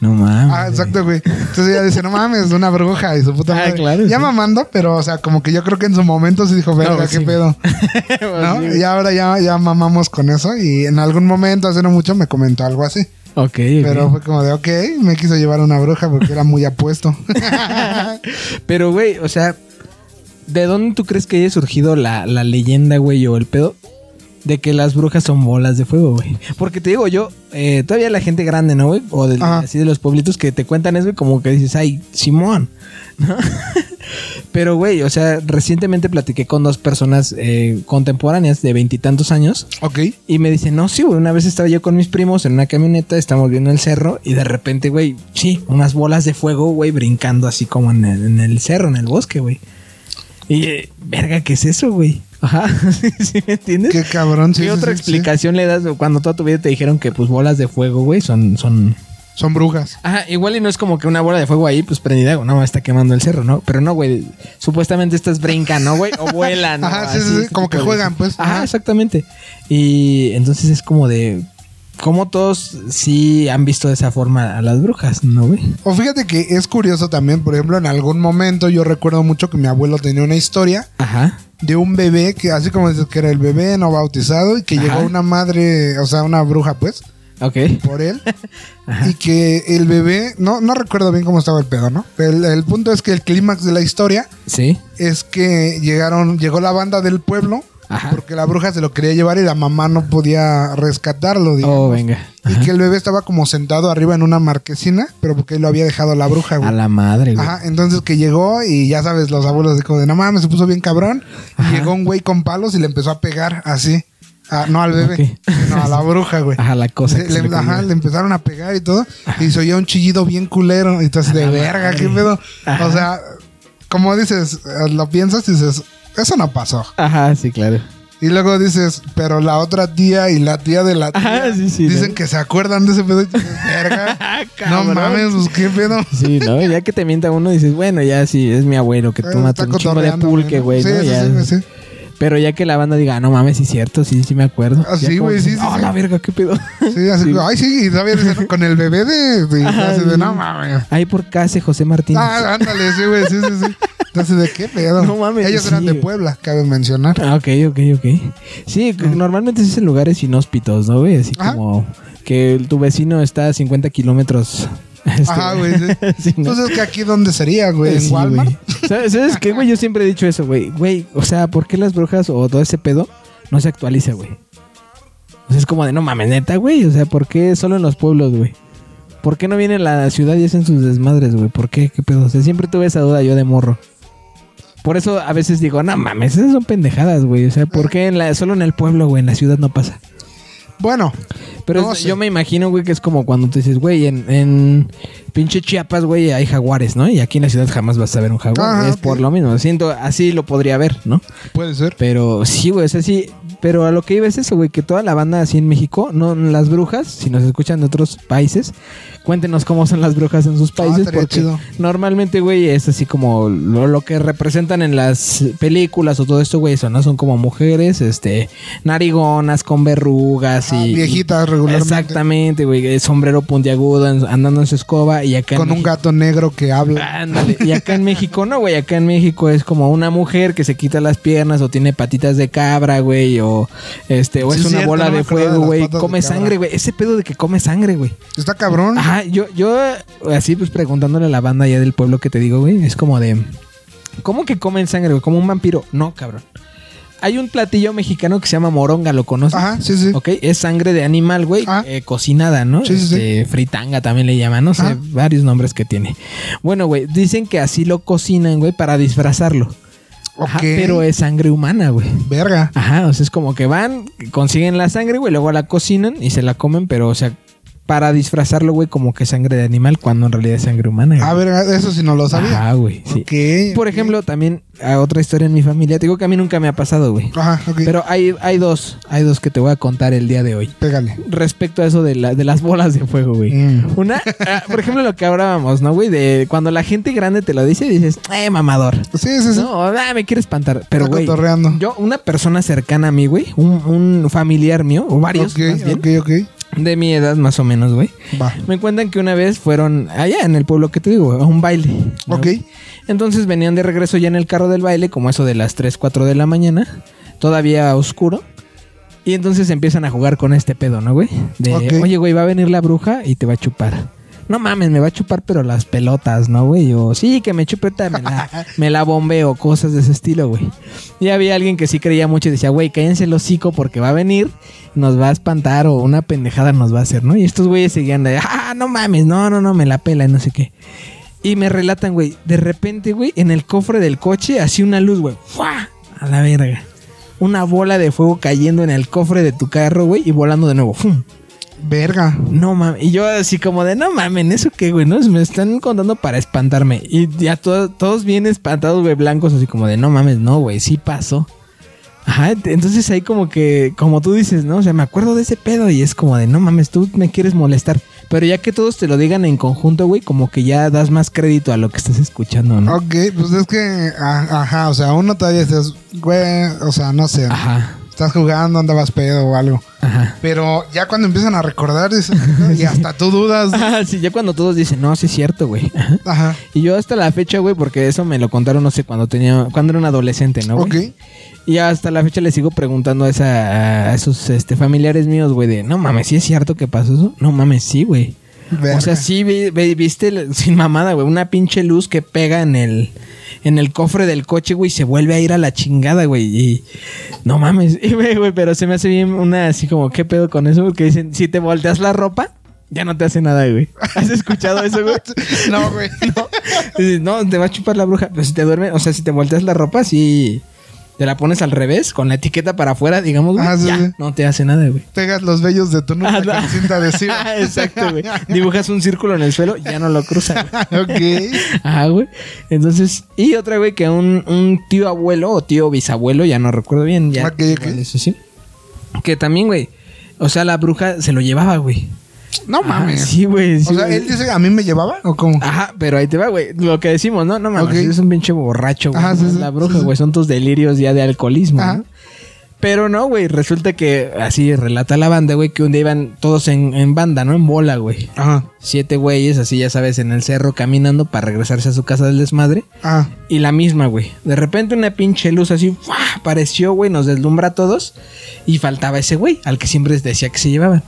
D: No mames.
C: Ah, exacto, güey. Entonces ella dice, no mames, una bruja y su puta
D: Ah,
C: madre.
D: claro,
C: ya
D: sí.
C: mamando, pero, o sea, como que yo creo que en su momento sí dijo, verga,
D: pues
C: qué
D: sí. Pues
C: pedo. ¿No? Y ahora ya, ya mamamos con eso y en algún momento, hace no mucho, me comentó algo así.
D: Ok, ok.
C: Pero fue como de, ok, me quiso llevar una bruja porque era muy apuesto.
D: Pero, güey, o sea, ¿de dónde tú crees que haya surgido la, la leyenda, güey, o el pedo? De que las brujas son bolas de fuego, güey. Porque te digo yo, eh, todavía la gente grande, ¿no, güey? O del-
C: Ajá.
D: así de los pueblitos que te cuentan eso, güey, como que dices, ay, Simón. ¿no? Pero, güey, o sea, recientemente platiqué con dos personas eh, contemporáneas de veintitantos años.
C: ok.
D: Y me dicen, no, sí, güey, una vez estaba yo con mis primos en una camioneta, estamos viendo el cerro y de repente, güey, sí, unas bolas de fuego, güey, brincando así como en el, en el cerro, en el bosque, güey. Y, eh, verga, ¿qué es eso, güey? Ajá, ¿sí, sí me entiendes?
C: Qué cabrón. sí,
D: ¿Qué
C: sí,
D: otra
C: sí, sí.
D: explicación le das güey, cuando toda tu vida te dijeron que, pues, bolas de fuego, güey, son, son...
C: Son brujas.
D: Ajá, igual y no es como que una bola de fuego ahí, pues, prendida, güey, no, me está quemando el cerro, ¿no? Pero no, güey, supuestamente estas brincan, ¿no, güey? O vuelan. ¿no?
C: Ajá, sí, sí,
D: Así,
C: sí,
D: este
C: como
D: tipo
C: que
D: de-
C: juegan, pues.
D: Ajá,
C: Ajá.
D: exactamente. Y entonces es como de. Como todos sí han visto de esa forma a las brujas, ¿no, güey?
C: O fíjate que es curioso también, por ejemplo, en algún momento yo recuerdo mucho que mi abuelo tenía una historia
D: Ajá.
C: de un bebé que así como dices que era el bebé no bautizado y que
D: Ajá.
C: llegó una madre, o sea, una bruja pues,
D: Ok.
C: por él y que el bebé, no, no recuerdo bien cómo estaba el pedo, ¿no? El, el punto es que el clímax de la historia
D: Sí.
C: es que llegaron, llegó la banda del pueblo
D: Ajá.
C: porque la bruja se lo quería llevar y la mamá no podía rescatarlo, digamos.
D: Oh, venga.
C: Y que el bebé estaba como sentado arriba en una marquesina, pero porque ahí lo había dejado la bruja, ah, güey.
D: A la madre, güey.
C: Ajá, entonces que llegó y ya sabes, los abuelos de como de no mames, se puso bien cabrón. Y
D: Ajá.
C: llegó un güey con palos y le empezó a pegar así. Ah, no al bebé,
D: Ok.
C: no a la bruja, güey.
D: Ajá, la cosa.
C: Le-
D: que se
C: le,
D: le
C: ajá,
D: ocurrió.
C: le empezaron a pegar y todo. Y se oía un chillido bien culero. Y entonces, de
D: la
C: verga,
D: madre.
C: qué pedo.
D: Ajá.
C: O sea, como dices, eh, lo piensas y dices, eso no pasó.
D: Ajá, sí, claro.
C: Y luego dices, pero la otra tía y la tía de la tía
D: Ajá, sí, sí,
C: dicen
D: ¿no?
C: que se acuerdan de ese pedo. Y dices, verga. no
D: Cabrón.
C: mames, pues qué pedo.
D: Sí, ¿no? Ya que te mienta uno, dices, bueno, ya sí, es mi abuelo que toma
C: Eh, Está
D: un chingo de
C: cotorreando,
D: pulque, güey.
C: Sí,
D: ¿no?
C: sí,
D: Ya-
C: sí, sí, sí.
D: Pero ya que la banda diga, "Ah, no mames, sí es cierto, sí, sí me acuerdo.
C: Ah,
D: Ya
C: sí,
D: como
C: güey,
D: que
C: sí,
D: dices,
C: sí,
D: "Oh,
C: sí".
D: la verga, qué pedo.
C: Sí, así,
D: Sí.
C: ay, sí, y todavía dicen, con el bebé de. de-
D: Ajá,
C: así de,
D: sí.
C: no mames.
D: Ahí por casa José Martínez.
C: Ah, ándale, sí, güey, sí, sí, sí. Entonces, ¿de qué pedo?
D: No mames,
C: Ellos
D: sí,
C: eran de
D: güey.
C: Puebla, cabe mencionar.
D: Ah, ok, ok, ok. Sí, que normalmente se hacen lugares inhóspitos, ¿no, güey? Así
C: Ajá.
D: como que el- tu vecino está a 50 kilómetros. este,
C: Ajá, güey, sí.
D: sí, ¿no?
C: Entonces, ¿que aquí dónde sería, güey? ¿En
D: Sí,
C: Walmart?
D: güey. ¿Sabes, sabes qué, güey? Yo siempre he dicho eso, güey. Güey, o sea, ¿por qué las brujas o todo ese pedo no se actualiza, güey? O sea, es como de, no mames, neta, güey. O sea, ¿por qué solo en los pueblos, güey? ¿Por qué no viene la ciudad y hacen sus desmadres, güey? ¿Por qué? ¿Qué pedo? O sea, siempre tuve esa duda yo de morro. Por eso a veces digo, no mames, esas son pendejadas, güey. O sea, ¿por qué en la, solo en el pueblo, güey? En la ciudad no pasa.
C: Bueno,
D: Pero
C: No
D: es-
C: sé.
D: yo me imagino, güey, que es como cuando te dices, güey, en, en pinche Chiapas, güey, hay jaguares, ¿no? Y aquí en la ciudad jamás vas a ver un jaguar.
C: Ajá,
D: es
C: ok.
D: por lo mismo. Siento, así lo podría ver, ¿no?
C: puede ser.
D: Pero sí, güey, o sea, sí. Pero a lo que iba es eso, güey, que toda la banda así en México, no las brujas, si nos escuchan de otros países, cuéntenos cómo son las brujas en sus países.
C: Ah, estaría
D: porque
C: chido.
D: normalmente, güey, es así como lo, lo que representan en las películas o todo esto, güey, son, ¿no? Son como mujeres, este, narigonas con verrugas
C: Ah,
D: y.
C: viejitas regularmente.
D: Exactamente, güey, eh, sombrero puntiagudo, en- andando en su escoba y acá. en
C: Con un
D: México-
C: gato negro que habla.
D: Ándale. Y acá en México, no, güey. Acá en México es como una mujer que se quita las piernas o tiene patitas de cabra, güey. O este, o
C: Sí, es
D: es una
C: cierto,
D: bola
C: no me
D: de
C: acordaba de
D: fuego,
C: las
D: güey.
C: patas de
D: Come
C: cabra.
D: sangre, güey. Ese pedo de que come sangre, güey.
C: Está cabrón.
D: Ah. Ajá, yo, yo, así pues preguntándole a la banda ya del pueblo que te digo, güey. Es como de. ¿Cómo que comen sangre, güey? Como un vampiro. No, cabrón. Hay un platillo mexicano que se llama moronga, ¿lo conoces?
C: Ajá, sí, sí.
D: Ok, es sangre de animal, güey,
C: Ah.
D: eh, cocinada, ¿no?
C: Sí, sí, sí.
D: Este, Fritanga también le llaman, no sé,
C: Ah.
D: varios nombres que tiene. Bueno, güey, dicen que así lo cocinan, güey, para disfrazarlo. Ajá,
C: Ok.
D: pero es sangre humana, güey.
C: Verga.
D: Ajá, o sea, es como que van, consiguen la sangre, güey, luego la cocinan y se la comen, pero, o sea, para disfrazarlo, güey, como que sangre de animal, cuando en realidad es sangre humana.
C: A
D: güey.
C: ver, Ah, eso sí no lo sabía.
D: Ajá, güey. Sí.
C: Ok,
D: Por
C: ok.
D: ejemplo, también a otra historia en mi familia. Te digo que a mí nunca me ha pasado, güey.
C: Ajá, ok.
D: Pero hay, hay dos, hay dos que te voy a contar el día de hoy.
C: Pégale.
D: Respecto a eso de, la- de las bolas de fuego, güey.
C: Mm.
D: Una, ah, por ejemplo, lo que hablábamos, ¿no, güey? De cuando la gente grande te lo dice, dices, eh, mamador.
C: Sí, sí, sí.
D: No, ah, me quiere espantar. Pero,
C: Está
D: güey,
C: cotorreando.
D: yo, una persona cercana a mí, güey, un, un familiar mío, o varios,
C: ok,
D: más bien,
C: ok, ok.
D: de mi edad más o menos, güey.
C: Va.
D: Me cuentan que una vez fueron allá en el pueblo que te digo, a un baile. ¿no?
C: Ok.
D: Entonces venían de regreso ya en el carro del baile, como eso de las 3, 4 de la mañana, todavía oscuro. Y entonces empiezan a jugar con este pedo, ¿no, güey? De,
C: Ok.
D: oye, güey, va a venir la bruja y te va a chupar. No mames, me va a chupar, pero las pelotas, ¿no, güey? O sí, que me chupe, ahorita me la, me la bombeo, cosas de ese estilo, güey. Y había alguien que sí creía mucho y decía, güey, cállense el hocico porque va a venir, nos va a espantar o una pendejada nos va a hacer, ¿no? Y estos güeyes seguían de, ah, no mames, no, no, no, me la pela y no sé qué. Y me relatan, güey, de repente, güey, en el cofre del coche, así una luz, güey, ¡fua! A la verga. Una bola de fuego cayendo en el cofre de tu carro, güey, y volando de nuevo, ¡fum!
C: Verga.
D: No mames. Y yo así como de, no mamen, ¿eso qué, güey? No, me están contando para espantarme. Y ya to- todos bien espantados, güey, blancos, así como de, no mames, no, güey, sí pasó. Ajá, ent- entonces ahí como que, como tú dices, ¿no? O sea, me acuerdo de ese pedo y es como de, no mames, tú me quieres molestar. Pero ya que todos te lo digan en conjunto, güey, como que ya das más crédito a lo que estás escuchando, ¿no?
C: Ok, pues es que, a- ajá, o sea, uno todavía estás, güey, o sea, no sé,
D: Ajá,
C: estás jugando, andabas pedo o algo.
D: ajá.
C: Pero ya cuando empiezan a recordar eso, y hasta tú dudas.
D: Ah, sí, ya cuando todos dicen, no, sí es cierto, güey. Ajá.
C: Ajá.
D: Y yo hasta la fecha, güey, porque eso me lo contaron, no sé, cuando tenía, cuando era un adolescente, ¿no? güey?
C: Ok.
D: Y hasta la fecha le sigo preguntando a, esa, a esos este, familiares míos, güey, de no mames, ¿sí es cierto que pasó eso? No mames, sí, güey.
C: Verga.
D: O sea, sí, vi- vi- viste, el- sin mamada, güey, una pinche luz que pega en el, en el cofre del coche, güey, y se vuelve a ir a la chingada, güey. Y no mames, y, güey, güey, pero se me hace bien una así como, ¿qué pedo con eso? Porque dicen, si te volteas la ropa, ya no te hace nada, güey. ¿Has escuchado eso, güey?
C: No, güey.
D: No, Dices, no, te va a chupar la bruja. Pero si te duerme, o sea, si te volteas la ropa, si te la pones al revés, con la etiqueta para afuera, digamos, güey,
C: Ah, sí,
D: ya,
C: sí.
D: no te hace nada, güey.
C: Pegas los vellos de tu nuca
D: Ah,
C: con
D: no.
C: cinta adhesiva.
D: Exacto, güey. Dibujas un círculo en el suelo, ya no lo cruza, güey.
C: ok.
D: Ajá, güey. Entonces, y otra, güey, que un, un tío abuelo o tío bisabuelo, ya no recuerdo bien, ya.
C: Ok, ok.
D: igual eso sí. Que también, güey, o sea, la bruja se lo llevaba, güey.
C: No
D: Ajá,
C: mames.
D: Ah, sí, güey.
C: o
D: sí,
C: sea,
D: güey. Ah.
C: él dice, ¿a mí me llevaba o cómo?
D: Ajá, pero ahí te va, güey. Lo que decimos, no, no mames,
C: Ok.
D: es un pinche borracho, güey.
C: Ajá, sí,
D: no es
C: sí,
D: la
C: sí,
D: bruja,
C: sí.
D: güey. Son tus delirios ya de alcoholismo,
C: Ajá.
D: ¿no? Pero no, güey. Resulta que así relata la banda, güey, que un día iban todos en, en banda, ¿no? En bola, güey.
C: Ajá.
D: Siete güeyes, así ya sabes, en el cerro caminando para regresarse a su casa del desmadre.
C: Ah,
D: Y la misma, güey. De repente una pinche luz así ¡fua! apareció, güey, nos deslumbra a todos. Y faltaba ese güey, al que siempre les decía que se llevaban.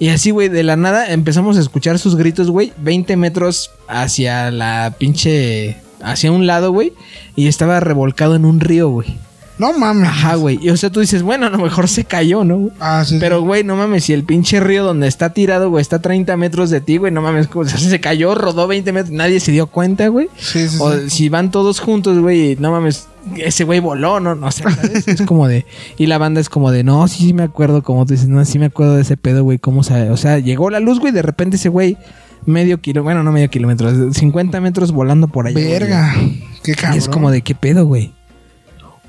D: Y así, güey, de la nada empezamos a escuchar sus gritos, güey, 20 metros hacia la pinche... hacia un lado, güey. Y estaba revolcado en un río, güey.
C: no mames.
D: Ajá, güey. Y o sea, tú dices, bueno, a lo mejor se cayó, ¿no? güey?
C: Ah, sí. sí.
D: Pero, güey, no mames, si el pinche río donde está tirado, güey, está a 30 metros de ti, güey, no mames, o sea, se cayó, rodó 20 metros, nadie se dio cuenta, güey.
C: Sí, sí, sí.
D: O si van todos juntos, güey, no mames, ese güey voló, no, no sé, ¿sabes? es como de... Y la banda es como de, no, sí, sí me acuerdo, como tú dices, no, sí me acuerdo de ese pedo, güey, cómo sabe, o sea, llegó la luz, güey, de repente ese güey, medio kilómetro, bueno, no medio kilómetro, 50 metros volando por allá. güey.
C: Verga. Qué cabrón.
D: Y es como de, ¿qué pedo, güey?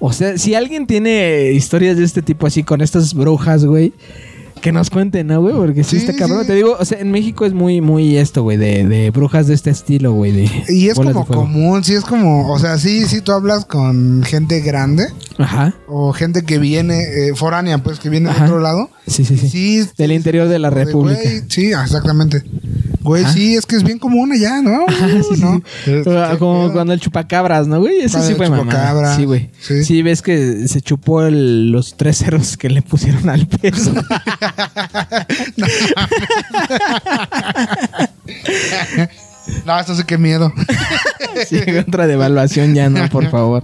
D: O sea, si alguien tiene historias de este tipo así con estas brujas, güey, que nos cuenten, ¿no, güey? Porque sí,
C: Sí,
D: está cabrón.
C: sí.
D: Te digo, o sea, en México es muy, muy esto, güey, de, de brujas de este estilo, güey. de
C: Y es
D: bolas de
C: como
D: fuego.
C: común, sí es como, o sea, sí, sí tú hablas con gente grande
D: Ajá.
C: o gente que viene eh, foránea, pues que viene
D: Ajá.
C: de otro lado.
D: Sí, sí, sí.
C: Sí, es
D: Del interior de la
C: de,
D: República.
C: güey, sí, exactamente. Güey,
D: Ajá.
C: sí, es que es bien común allá, ¿no?
D: Ajá, sí, sí,
C: ¿No?
D: sí. Ah, Como cuando el chupacabras, ¿no, güey? Ese
C: Cuando
D: sí
C: el
D: fue mamá.
C: chupacabras,
D: Sí, güey.
C: sí.
D: Sí, ves que se chupó el- los tres ceros que le pusieron al peso.
C: No, eso sí que miedo.
D: Sí, otra devaluación ya no, por favor.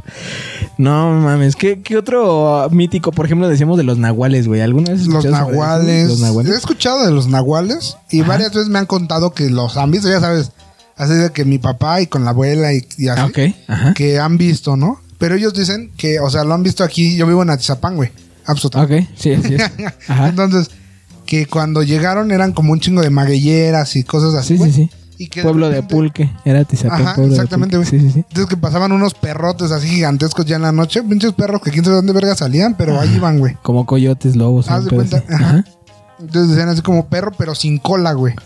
D: No mames, ¿qué, qué otro mítico, por ejemplo, decíamos de los nahuales, güey? ¿Alguna vez has
C: Los
D: escuchado sobre eso?
C: nahuales.
D: Los
C: He
D: nahuales.
C: escuchado de los nahuales y
D: Ajá.
C: varias veces me han contado que los han visto, ya sabes, así de que mi papá y con la abuela y, y así.
D: Ah, ok, ajá.
C: que han visto, ¿no? Pero ellos dicen que, o sea, lo han visto aquí. Yo vivo en Atizapán, güey. Absolutamente.
D: Ok, sí, así es. Ajá.
C: Entonces, que cuando llegaron eran como un chingo de maguilleras y cosas así.
D: Sí,
C: güey.
D: sí, sí.
C: Y que
D: pueblo de
C: repente-
D: Pulque. Era Tizapán,
C: Ajá,
D: pueblo de
C: exactamente, güey.
D: Pulque. Sí, sí, sí.
C: Entonces que pasaban unos perrotes así gigantescos ya en la noche. Pinches perros que quién sabe dónde verga salían, pero ahí iban, güey.
D: Como coyotes, lobos.
C: Haz
D: un
C: de
D: pedo
C: cuenta,
D: así.
C: ajá. Entonces decían así como perro, pero sin cola, güey.
D: Ajá.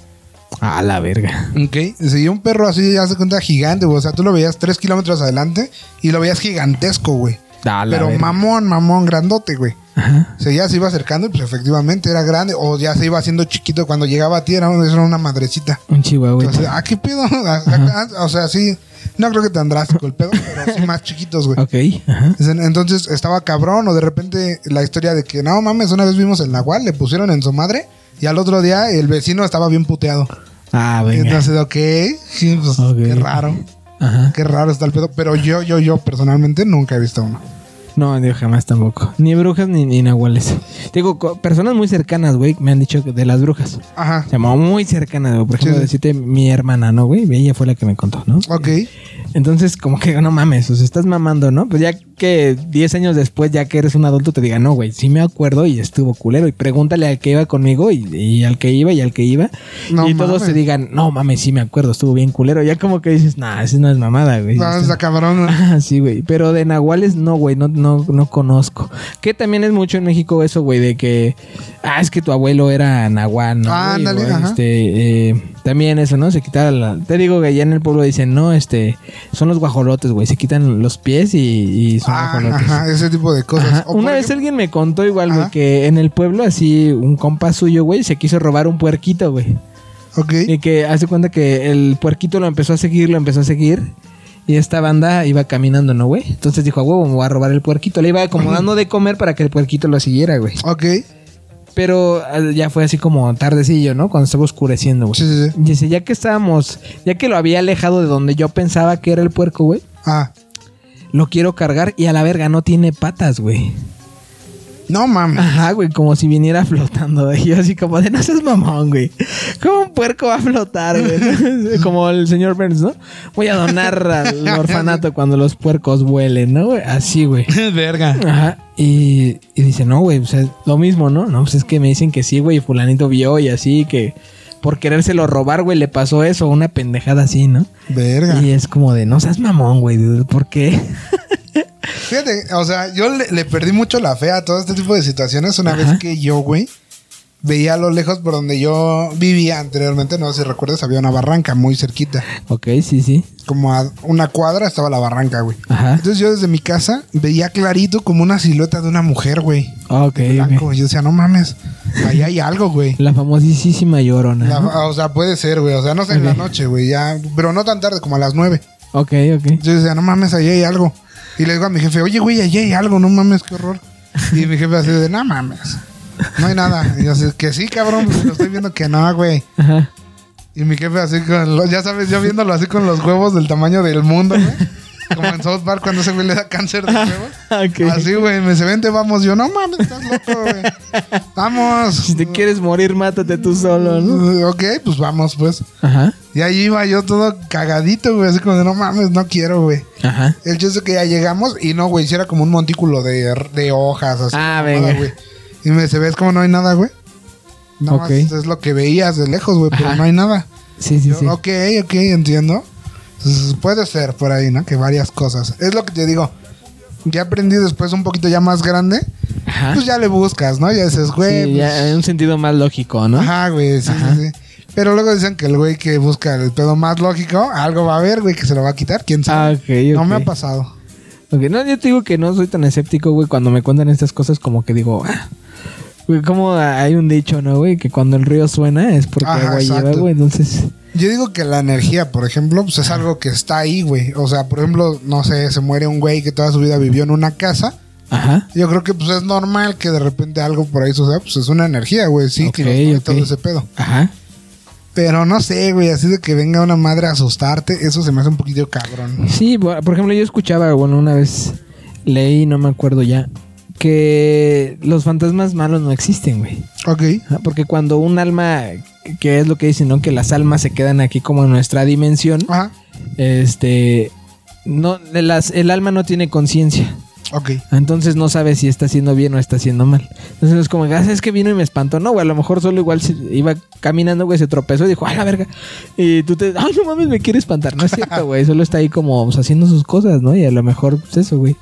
D: Ah, A la verga.
C: Ok. Sí, un perro así, haz de cuenta, gigante, güey. O sea, tú lo veías tres kilómetros adelante y lo veías gigantesco, güey.
D: A la
C: Pero
D: verga.
C: mamón, mamón, grandote, güey.
D: Ajá.
C: O sea, ya se iba acercando y pues efectivamente era grande. O ya se iba haciendo chiquito cuando llegaba a ti, era una, era una madrecita.
D: Un chihuahua.
C: Entonces, ¿a qué pedo? "Ah, O sea, sí, no creo que tan drástico el pedo, pero sí más chiquitos, ah, güey.
D: Ok. Ajá.
C: Dicen, Entonces estaba cabrón, o de repente la historia de que no mames, una vez vimos el Nahual, le pusieron en su madre, y al otro día el vecino estaba bien puteado.
D: Ah,
C: Y
D: venga.
C: entonces, ok, sí, pues,
D: Ok.
C: qué raro,
D: Ajá.
C: qué raro está el pedo. Pero yo, yo, yo personalmente nunca he visto uno.
D: No, digo, jamás tampoco. Ni brujas ni, ni nahuales. Digo, co- personas muy cercanas, güey, me han dicho que de las brujas.
C: Ajá,
D: Se llamó muy cercanas, güey. Por
C: Sí,
D: ejemplo,
C: sí.
D: decirte mi hermana, ¿no, güey? Ella fue la que me contó, ¿no?
C: ok,
D: Entonces, como que no mames, o sea, estás mamando, ¿no? Pues ya que 10 años después, ya que eres un adulto, te diga, no, güey, sí me acuerdo y estuvo culero. Y pregúntale al que iba conmigo y, y al que iba y al que iba.
C: No
D: y todos
C: mames.
D: te digan, no mames, sí me acuerdo, estuvo bien culero. Ya como que dices, nah, eso no es mamada, güey. Este
C: no,
D: Está-
C: está cabrón.
D: Ah, sí, güey. Pero de nahuales no, güey. No, no, no conozco. Que también es mucho en México eso, güey, de que. Ah, es que tu abuelo era nahual, ¿no?
C: Ah,
D: güey?
C: ándale,
D: O,
C: ajá.
D: este, eh, también eso, ¿no? Se quitaba la. Te digo que ya en el pueblo dicen, no, este. Son los guajolotes, güey. Se quitan los pies y, y son
C: Ah,
D: guajolotes.
C: ajá, ese tipo de cosas.
D: Ajá.
C: O por
D: Una vez
C: ejemplo-
D: alguien me contó igual, güey,
C: Ajá.
D: que en el pueblo así un compa suyo, güey, se quiso robar un puerquito, güey.
C: Ok,
D: Y que hace cuenta que el puerquito lo empezó a seguir, lo empezó a seguir. Y esta banda iba caminando, ¿no, güey? Entonces dijo, a huevo, me voy a robar el puerquito. Le iba acomodando de comer para que el puerquito lo siguiera, güey.
C: ok,
D: Pero ah, ya fue así como tardecillo, ¿no? Cuando estaba oscureciendo, güey.
C: sí, sí, sí.
D: Dice, ya que estábamos, ya que lo había alejado de donde yo pensaba que era el puerco, güey,
C: Ah,
D: lo quiero cargar y a la verga no tiene patas, güey.
C: no mames.
D: Ajá, güey, como si viniera flotando. güey. Yo así como de, no seas mamón, güey. ¿Cómo un puerco va a flotar, güey? como el señor Burns, ¿no? Voy a donar al orfanato cuando los puercos vuelen, ¿no, güey? Así, güey.
C: Verga.
D: Ajá. Y, y dice, no, güey, o sea, lo mismo, ¿no? No, pues es que me dicen que sí, güey, y fulanito vio y así, que por querérselo robar, güey, le pasó eso, una pendejada así, ¿no?
C: Verga.
D: Y es como de, no seas mamón, güey, dude, ¿por qué?
C: Fíjate, o sea, yo le, le perdí mucho la fe a todo este tipo de situaciones una
D: Ajá.
C: vez que yo, güey, veía a lo lejos por donde yo vivía anteriormente, no sé si recuerdas, había una barranca muy cerquita.
D: ok, sí, sí.
C: Como a una cuadra estaba la barranca, güey.
D: Ajá.
C: Entonces yo desde mi casa veía clarito como una silueta de una mujer, güey.
D: Ok,
C: de blanco.
D: ok.
C: Yo decía, no mames, ahí hay algo, güey.
D: La famosísima llorona.
C: La-
D: ¿no?
C: o sea, puede ser, güey. O sea, no sé en la
D: Ok.
C: noche, güey. Ya, pero no tan tarde, como a las nueve.
D: Ok, ok.
C: Yo decía, no mames, ahí hay algo. Y le digo a mi jefe, oye, güey, ahí hay algo, no mames, qué horror. Y mi jefe así de, no mames, no hay nada. Y yo así, que sí, cabrón, pues lo estoy viendo que no, güey.
D: Ajá.
C: Y mi jefe así con, los, ya sabes, yo viéndolo así con los huevos del tamaño del mundo, güey. Como en South Park cuando ese güey le da cáncer de huevos.
D: Ah, Ok.
C: Así, güey, me dice, vente, vamos. Yo, no mames, estás loco, güey. Vamos.
D: Si te quieres morir, mátate tú solo, ¿no?
C: Ok, pues vamos, pues.
D: Ajá.
C: Y ahí iba yo todo cagadito, güey, así como de, no mames, no quiero, güey.
D: Ajá.
C: El chiste es que ya llegamos y no, güey, hiciera como un montículo de, de hojas, así.
D: Ah,
C: como nada,
D: venga.
C: güey. Y me dice, ¿ves como no hay nada, güey? No,
D: Ok.
C: es lo que veías de lejos, güey, pero
D: Ajá.
C: no hay nada.
D: Sí, sí,
C: Yo,
D: sí.
C: Ok, ok, entiendo. Entonces, puede ser por ahí, ¿no? Que varias cosas. Es lo que te digo. Ya aprendí después un poquito ya más grande.
D: Ajá.
C: Pues ya le buscas, ¿no? Ya dices, güey.
D: Sí,
C: pues,
D: ya en un sentido más lógico, ¿no?
C: Ajá, güey, sí, sí, sí. Pero luego dicen que el güey que busca el pedo más lógico, algo va a haber, güey, que se lo va a quitar, quién
D: Ah,
C: sabe.
D: ok, ok.
C: No me ha pasado.
D: Ok, No, yo te digo que no soy tan escéptico, güey. Cuando me cuentan estas cosas, como que digo, ah. Güey, como hay un dicho, ¿no, güey? Que cuando el río suena es porque
C: Ajá,
D: agua lleva,
C: exacto.
D: güey. Entonces,
C: Yo digo que la energía, por ejemplo, pues es algo que está ahí, güey. O sea, por ejemplo, no sé, se muere un güey que toda su vida vivió en una casa.
D: ajá.
C: Yo creo que pues es normal que de repente algo por ahí suceda, pues es una energía, güey, sí,
D: Ok,
C: que
D: ok.
C: todo ese pedo.
D: Ajá.
C: Pero no sé, güey, así de que venga una madre a asustarte, eso se me hace un poquito cabrón.
D: Sí, por por ejemplo, yo escuchaba, bueno, una vez leí, no me acuerdo ya, que los fantasmas malos no existen, güey.
C: Ok,
D: Ajá, Porque cuando un alma, que es lo que dicen, ¿no? Que las almas se quedan aquí como en nuestra dimensión,
C: ajá,
D: este, no, de las, el alma no tiene conciencia.
C: Ok.
D: Entonces no sabe si está haciendo bien o está haciendo mal. Entonces no es como, ah, es que vino y me espantó. No, güey, a lo mejor solo igual se iba caminando, güey, se tropezó y dijo, a la verga. Y tú te, ay, no mames, me quiere espantar. No es cierto, güey, solo está ahí como pues, haciendo sus cosas, ¿no? Y a lo mejor, pues eso, güey.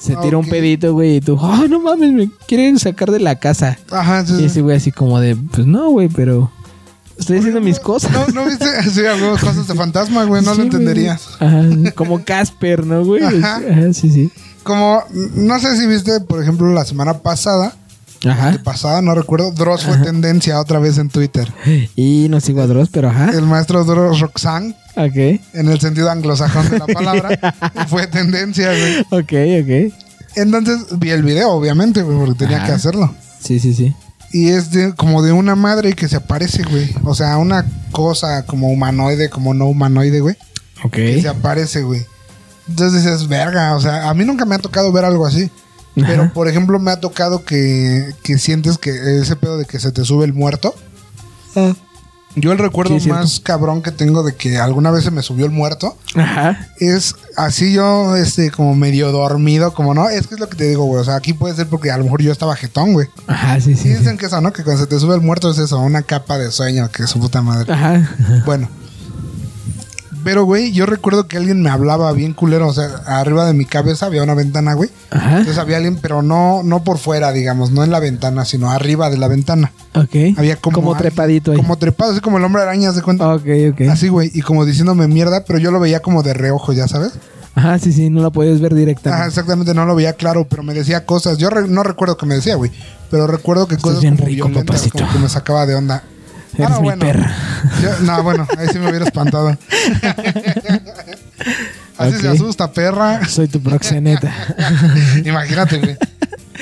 D: Se tira un
C: Ok.
D: pedito, güey, y tú, ay, no mames, me quieren sacar de la casa.
C: Ajá, sí,
D: Y
C: sí.
D: ese güey así como de, pues no, güey, pero estoy haciendo mis cosas.
C: No, no viste, sí, a huevo, cosas de fantasma, güey, no
D: Sí,
C: lo
D: güey.
C: entenderías.
D: Ajá, como Casper, ¿no, güey?
C: Ajá.
D: Ajá, sí, sí.
C: Como, no sé si viste, por ejemplo, la semana pasada,
D: Ajá.
C: pasada, no recuerdo, Dross fue tendencia otra vez en Twitter.
D: Y no sigo a Dross, pero ajá.
C: El maestro Dross Roxanne,
D: Ok.
C: en el sentido anglosajón de la palabra, fue tendencia, güey.
D: Ok, ok.
C: Entonces vi el video, obviamente, güey, porque tenía
D: Ajá.
C: que hacerlo.
D: Sí, sí, sí.
C: Y es de, como de una madre que se aparece, güey. O sea, una cosa como humanoide, como no humanoide, güey.
D: Ok.
C: que se aparece, güey. Entonces dices, verga, o sea, a mí nunca me ha tocado ver algo así. Pero,
D: Ajá.
C: por ejemplo, me ha tocado que, que sientes que ese pedo de que se te sube el muerto.
D: Ah.
C: Yo el recuerdo
D: Sí, es cierto.
C: más cabrón que tengo de que alguna vez se me subió el muerto
D: Ajá.
C: es así yo, este, como medio dormido, como no. Es que es lo que te digo, güey. O sea, aquí puede ser porque a lo mejor yo estaba jetón, güey.
D: Ajá, sí,
C: Sí,
D: sí. sí.
C: dicen que eso, ¿no? Que cuando se te sube el muerto es eso, una capa de sueño, que su puta madre.
D: Ajá.
C: Bueno. Pero, güey, yo recuerdo que alguien me hablaba bien culero. O sea, arriba de mi cabeza había una ventana, güey.
D: Ajá.
C: Entonces había alguien, pero no, no por fuera, digamos, no en la ventana, sino arriba de la ventana.
D: Ok.
C: Había como. alguien-
D: trepadito ahí.
C: Como trepado, así como el hombre araña, ¿haz de cuenta.
D: Ok, ok.
C: Así, güey, y como diciéndome mierda, pero yo lo veía como de reojo, ¿ya sabes?
D: Ajá, sí, sí. No la puedes ver
C: Ajá,
D: directamente.
C: exactamente, no lo veía claro, pero me decía cosas. Yo re- no recuerdo que me decía, güey, pero recuerdo que cosas
D: bien
C: como
D: rico,
C: violentas,
D: papacito.
C: como que me sacaba de onda. Ah,
D: Eres mi perra.
C: Yo- no, bueno, ahí sí me hubiera espantado. Así se
D: Ok.
C: asusta, perra.
D: Soy tu proxeneta.
C: Imagínate, güey.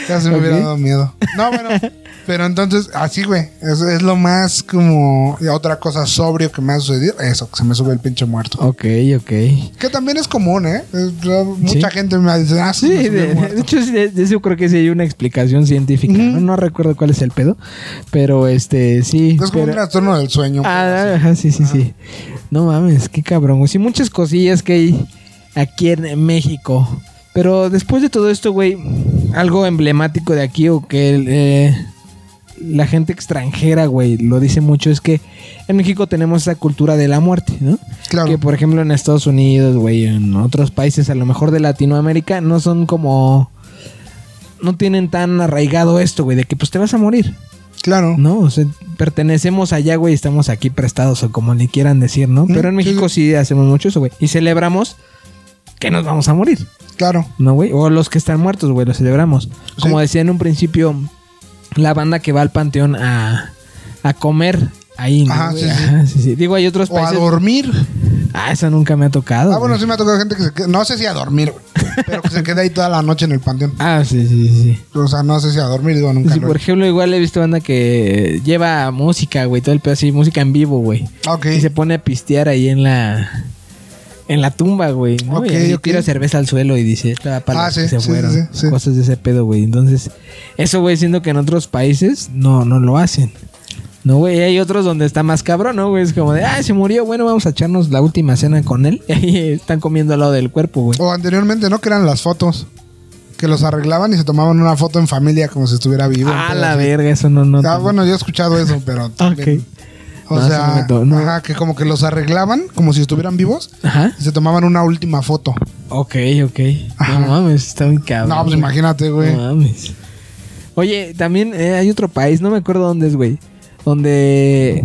C: Casi me hubiera
D: Ok.
C: dado miedo. No, bueno. Pero entonces, así, güey. Eso es lo más como. y Otra cosa sobrio que me ha sucedido. Eso, que se me sube el pinche muerto.
D: ok, ok.
C: Que también es común, ¿eh? Es- yo- Mucha gente me dice, ah, sí,
D: Sí,
C: me subió
D: de,
C: el
D: de
C: muerto.
D: hecho, sí, de, de eso creo que sí hay una explicación científica. ¿no? No recuerdo cuál es el pedo. Pero este, sí.
C: Es como un
D: pero-
C: trastorno del sueño.
D: Ah, ajá, sí, sí, sí.
C: Ah.
D: No mames, qué cabrón. güey. Sí, muchas cosillas que hay aquí en México. Pero después de todo esto, güey, algo emblemático de aquí o que eh, la gente extranjera, güey, lo dice mucho es que en México tenemos esa cultura de la muerte, ¿no?
C: Claro.
D: Que por ejemplo en Estados Unidos, güey, en otros países a lo mejor de Latinoamérica no son como... No tienen tan arraigado esto, güey, de que pues te vas a morir.
C: Claro.
D: No, o sea, pertenecemos allá, güey, estamos aquí prestados o como le quieran decir, ¿no?
C: Mm,
D: Pero en
C: sí,
D: México sí hacemos mucho eso, güey. Y celebramos que nos vamos a morir,
C: Claro.
D: ¿no, güey? O los que están muertos, güey, los celebramos. Como decía en un principio, la banda que va al panteón a, a comer ahí, ¿no,
C: Ajá,
D: güey?
C: sí, sí.
D: Ajá, sí, sí. Digo, hay otros
C: O a
D: países...
C: dormir.
D: Ah, esa nunca me ha tocado.
C: Ah, bueno,
D: güey.
C: sí me ha tocado gente que se queda, no sé si a dormir, güey, pero que se queda ahí toda la noche en el panteón.
D: Ah, sí, sí, sí, sí.
C: O sea, no sé si a dormir, digo, nunca.
D: Sí,
C: lo he
D: por ejemplo, igual he visto banda que lleva música, güey, todo el pedo así, música en vivo, güey.
C: hecho. Ah, Ok.
D: Y se pone a pistear ahí en la en la tumba, güey. ¿no?
C: Ok,
D: y así
C: ok.
D: tira cerveza al suelo y dice, "Esta va para
C: Ah,
D: los
C: sí,
D: que se
C: sí,
D: fueron".
C: sí, sí.
D: Cosas de ese pedo, güey. Entonces, eso, güey, siendo que en otros países no, no lo hacen. No, güey, hay otros donde está más cabrón, ¿no, güey? Es como de, ah, se murió, bueno, vamos a echarnos la última cena con él. Y ahí están comiendo al lado del cuerpo, güey.
C: O anteriormente, ¿no? Que eran las fotos. Que los arreglaban y se tomaban una foto en familia como si estuviera vivo.
D: ah,
C: pero
D: la
C: así.
D: verga, eso no, no.
C: Ah,
D: no.
C: bueno, yo he escuchado eso, pero también.
D: Ok.
C: O
D: No, eso no
C: sea,
D: me to- no.
C: ajá, que como que los arreglaban como si estuvieran vivos
D: Ajá.
C: y se tomaban una última foto.
D: Ok, ok.
C: Ajá.
D: No mames, está muy cabrón.
C: No, pues
D: güey.
C: imagínate, güey.
D: No mames. Oye, también eh, hay otro país, no me acuerdo dónde es, güey. Donde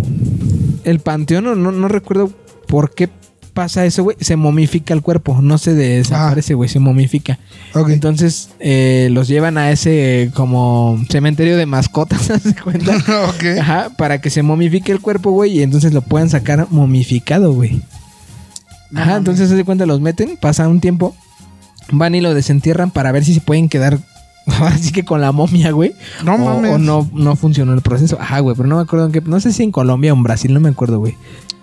D: el panteón, no, no, no recuerdo por qué pasa eso, güey. Se momifica el cuerpo, no se desaparece, güey, se momifica.
C: Ok.
D: Entonces eh, los llevan a ese como cementerio de mascotas, ¿se cuenta?
C: ok.
D: Ajá, para que se momifique el cuerpo, güey, y entonces lo puedan sacar momificado, güey.
C: No
D: Ajá,
C: mames.
D: entonces se de cuenta, los meten, pasa un tiempo, van y lo desentierran para ver si se pueden quedar así que con la momia, güey.
C: No
D: o,
C: mames.
D: O no, no funcionó el proceso. Ajá, güey, pero no me acuerdo en qué. No sé si en Colombia o en Brasil, no me acuerdo, güey.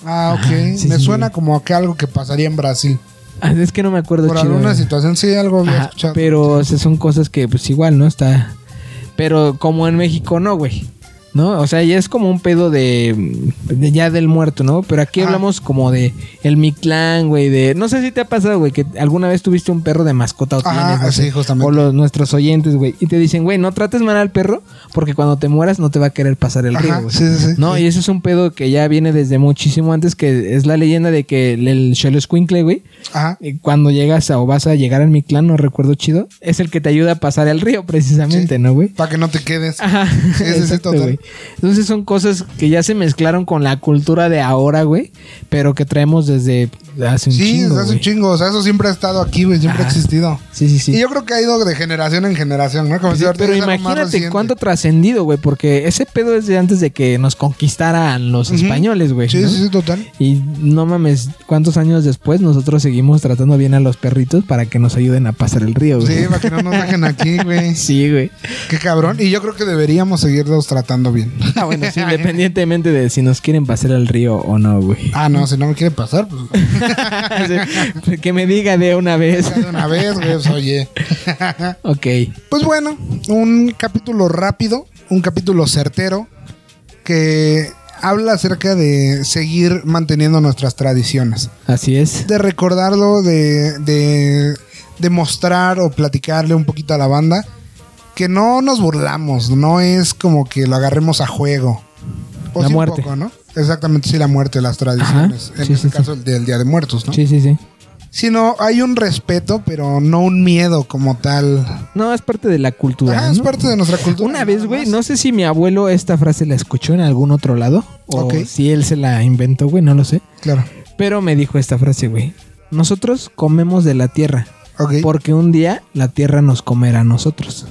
C: Ah, ok.
D: Ajá, sí,
C: Me
D: sí,
C: suena
D: güey.
C: como que algo que pasaría en Brasil.
D: Ah, Es que no me acuerdo
C: Por
D: chido,
C: alguna
D: güey.
C: situación, sí, algo había
D: Ajá,
C: escuchado.
D: pero o sea, son cosas que pues igual, ¿no? Está... Pero como en México no, güey. ¿no? O sea, ya es como un pedo de, de ya del muerto, ¿no? Pero aquí
C: Ajá.
D: hablamos como de el Mictlán, güey, de no sé si te ha pasado, güey, que alguna vez tuviste un perro de mascota o
C: Ajá,
D: tienes, no
C: sí,
D: sé,
C: justamente.
D: o los nuestros oyentes, güey, y te dicen, güey, no trates mal al perro porque cuando te mueras no te va a querer pasar el
C: Ajá,
D: río, güey.
C: sí, sí, sí.
D: No,
C: Sí.
D: y eso es un pedo que ya viene desde muchísimo antes que es la leyenda de que el, el Xoloscuincle, güey,
C: Ajá.
D: eh, cuando llegas a o vas a llegar al Mictlán, no recuerdo chido, es el que te ayuda a pasar el río precisamente,
C: Sí.
D: ¿no, güey?
C: Para que no te quedes.
D: Ajá.
C: sí, sí,
D: exacto,
C: total.
D: güey. Entonces son cosas que ya se mezclaron con la cultura de ahora, güey, pero que traemos desde hace un
C: sí,
D: chingo,
C: hace un
D: güey.
C: chingo. O sea, eso siempre ha estado aquí, güey. Siempre ha
D: Ajá.
C: existido.
D: Sí, sí, sí.
C: Y yo creo que ha ido de generación en generación, ¿no? Como
D: Sí,
C: si ahorita
D: pero
C: es algo más reciente.
D: imagínate cuánto trascendido, güey, porque ese pedo es de antes de que nos conquistaran los
C: Ujú.
D: españoles, güey.
C: Sí,
D: ¿no?
C: sí, sí, total.
D: Y no mames, cuántos años después nosotros seguimos tratando bien a los perritos para que nos ayuden a pasar el río, güey.
C: Sí, para que no nos dejen aquí, güey.
D: Sí, güey.
C: Qué cabrón. Y yo creo que deberíamos seguirlos tratando bien.
D: Ah, bueno, sí, independientemente de si nos quieren pasar al río o no, güey.
C: Ah, no, si no me quiere pasar, pues
D: Sí, que me diga de una vez.
C: ya de una vez, güey. pues, oye.
D: ok.
C: Pues bueno, un capítulo rápido, un capítulo certero, que habla acerca de seguir manteniendo nuestras tradiciones.
D: Así es.
C: de recordarlo, de, de, de mostrar o platicarle un poquito a la banda que no nos burlamos, no es como que lo agarremos a juego. O
D: La
C: sí un
D: muerte.
C: poco, ¿no? Exactamente, sí, la muerte, las tradiciones.
D: Ajá,
C: en
D: sí,
C: este
D: sí, sí.
C: caso, el del Día de Muertos, ¿no?
D: Sí, sí, sí.
C: Sino hay un respeto, pero no un miedo como tal.
D: No, es parte de la cultura.
C: Ajá, Ah, es
D: ¿no?
C: parte de nuestra cultura.
D: Una vez,
C: nada
D: güey,
C: más.
D: no sé si mi abuelo esta frase la escuchó en algún otro lado. O
C: Ok.
D: si él se la inventó, güey, no lo sé.
C: Claro.
D: Pero me dijo esta frase, güey. Nosotros comemos de la tierra.
C: Ok.
D: Porque un día la tierra nos comerá a nosotros.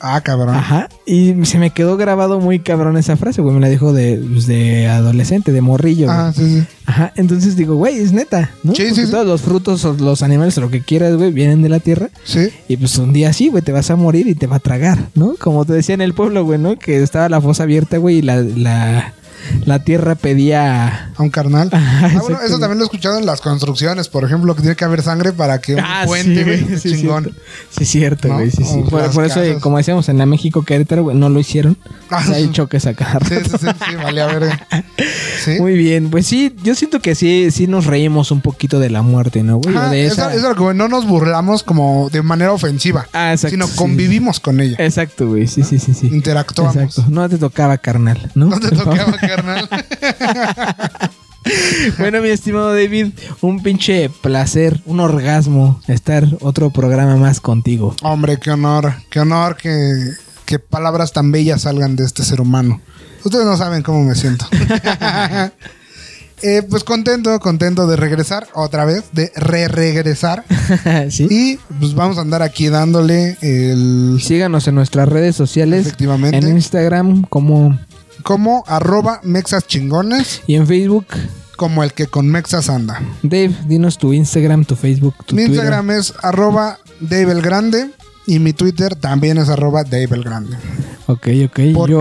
C: Ah, cabrón.
D: Ajá. Y se me quedó grabado muy cabrón esa frase, güey. Me la dijo de, pues, de adolescente, de morrillo. güey.
C: Ah, sí, sí.
D: Ajá, entonces digo, güey, es neta, ¿no?
C: Sí, sí,
D: Porque
C: sí.
D: Todos los frutos, o los animales, o lo que quieras, güey, vienen de la tierra.
C: Sí.
D: Y pues un día sí, güey, te vas a morir y te va a tragar, ¿no? Como te decía en el pueblo, güey, ¿no? Que estaba la fosa abierta, güey, y la, la, la tierra pedía...
C: A un carnal.
D: Ajá,
C: Ah, bueno,
D: exacto,
C: eso
D: güey.
C: también lo he escuchado en las construcciones, por ejemplo, que tiene que haber sangre para que un
D: Ah,
C: puente,
D: güey,
C: güey,
D: sí,
C: chingón.
D: cierto. Sí, cierto,
C: ¿No?
D: güey, sí, sí.
C: O
D: Por,
C: las
D: por eso, eh,
C: casas.
D: como decíamos, en la México Querétaro, güey, no lo hicieron.
C: Ah,
D: O sea, hay
C: sí.
D: choques a cada
C: Sí,
D: rato.
C: sí, sí, sí, vale, a ver. Sí.
D: Muy bien, pues sí, yo siento que sí, sí nos reímos un poquito de la muerte, ¿no, güey? O
C: Ajá,
D: de
C: eso,
D: esa-
C: eso es lo que voy, no nos burlamos como de manera ofensiva,
D: Ah, exacto,
C: sino
D: sí,
C: convivimos con ella,
D: Exacto, güey, sí, sí, sí, sí.
C: interactuamos.
D: Exacto. No te tocaba, carnal, ¿no?
C: No te tocaba, carnal.
D: bueno, mi estimado David, un pinche placer, un orgasmo estar otro programa más contigo.
C: Hombre, qué honor, qué honor que, que palabras tan bellas salgan de este ser humano. Ustedes no saben cómo me siento. Eh, pues contento, contento de regresar otra vez, de re-regresar.
D: ¿Sí?
C: Y pues vamos a andar aquí dándole el
D: Síganos en nuestras redes sociales,
C: Efectivamente.
D: en Instagram como
C: como arroba mexas chingones,
D: y en Facebook.
C: como el que con mexas anda.
D: Dave, dinos tu Instagram, tu Facebook, tu
C: mi
D: Twitter.
C: Instagram es arroba Dave el Grande y mi Twitter también es arroba Dave el Grande.
D: Ok, ok.
C: Porque
D: Yo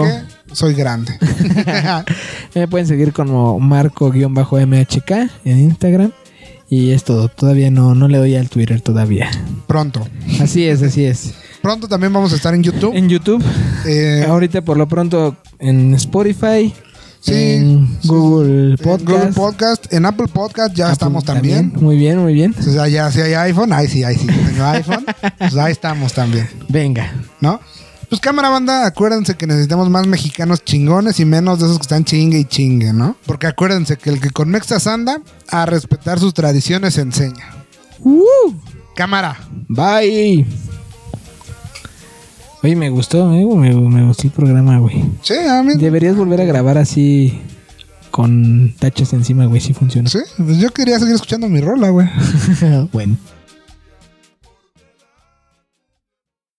C: soy grande.
D: me pueden seguir como marco-mhk en Instagram. Y es todo. Todavía no, no le doy al Twitter todavía.
C: Pronto.
D: Así es, así es.
C: Pronto también vamos a estar en YouTube.
D: En YouTube.
C: Eh,
D: Ahorita por lo pronto en Spotify,
C: Sí,
D: en
C: sí,
D: Google
C: en
D: Podcast,
C: Google Podcast, en Apple Podcast ya
D: Apple
C: estamos también.
D: Muy bien, muy bien.
C: O sea, ya si hay iPhone, ahí sí, ahí sí. yo Tengo iPhone, pues ahí estamos también.
D: Venga,
C: ¿no? Pues cámara banda, acuérdense que necesitamos más mexicanos chingones y menos de esos que están chingue y chingue, ¿no? Porque acuérdense que el que con mexas anda, a respetar sus tradiciones se enseña. Uh. Cámara.
D: bye. Oye, me gustó, eh, me, me gustó el programa, güey.
C: Sí, a mí.
D: Deberías volver a grabar así con tachas encima, güey, si funciona.
C: Sí, pues yo quería seguir escuchando mi rola, güey.
D: bueno.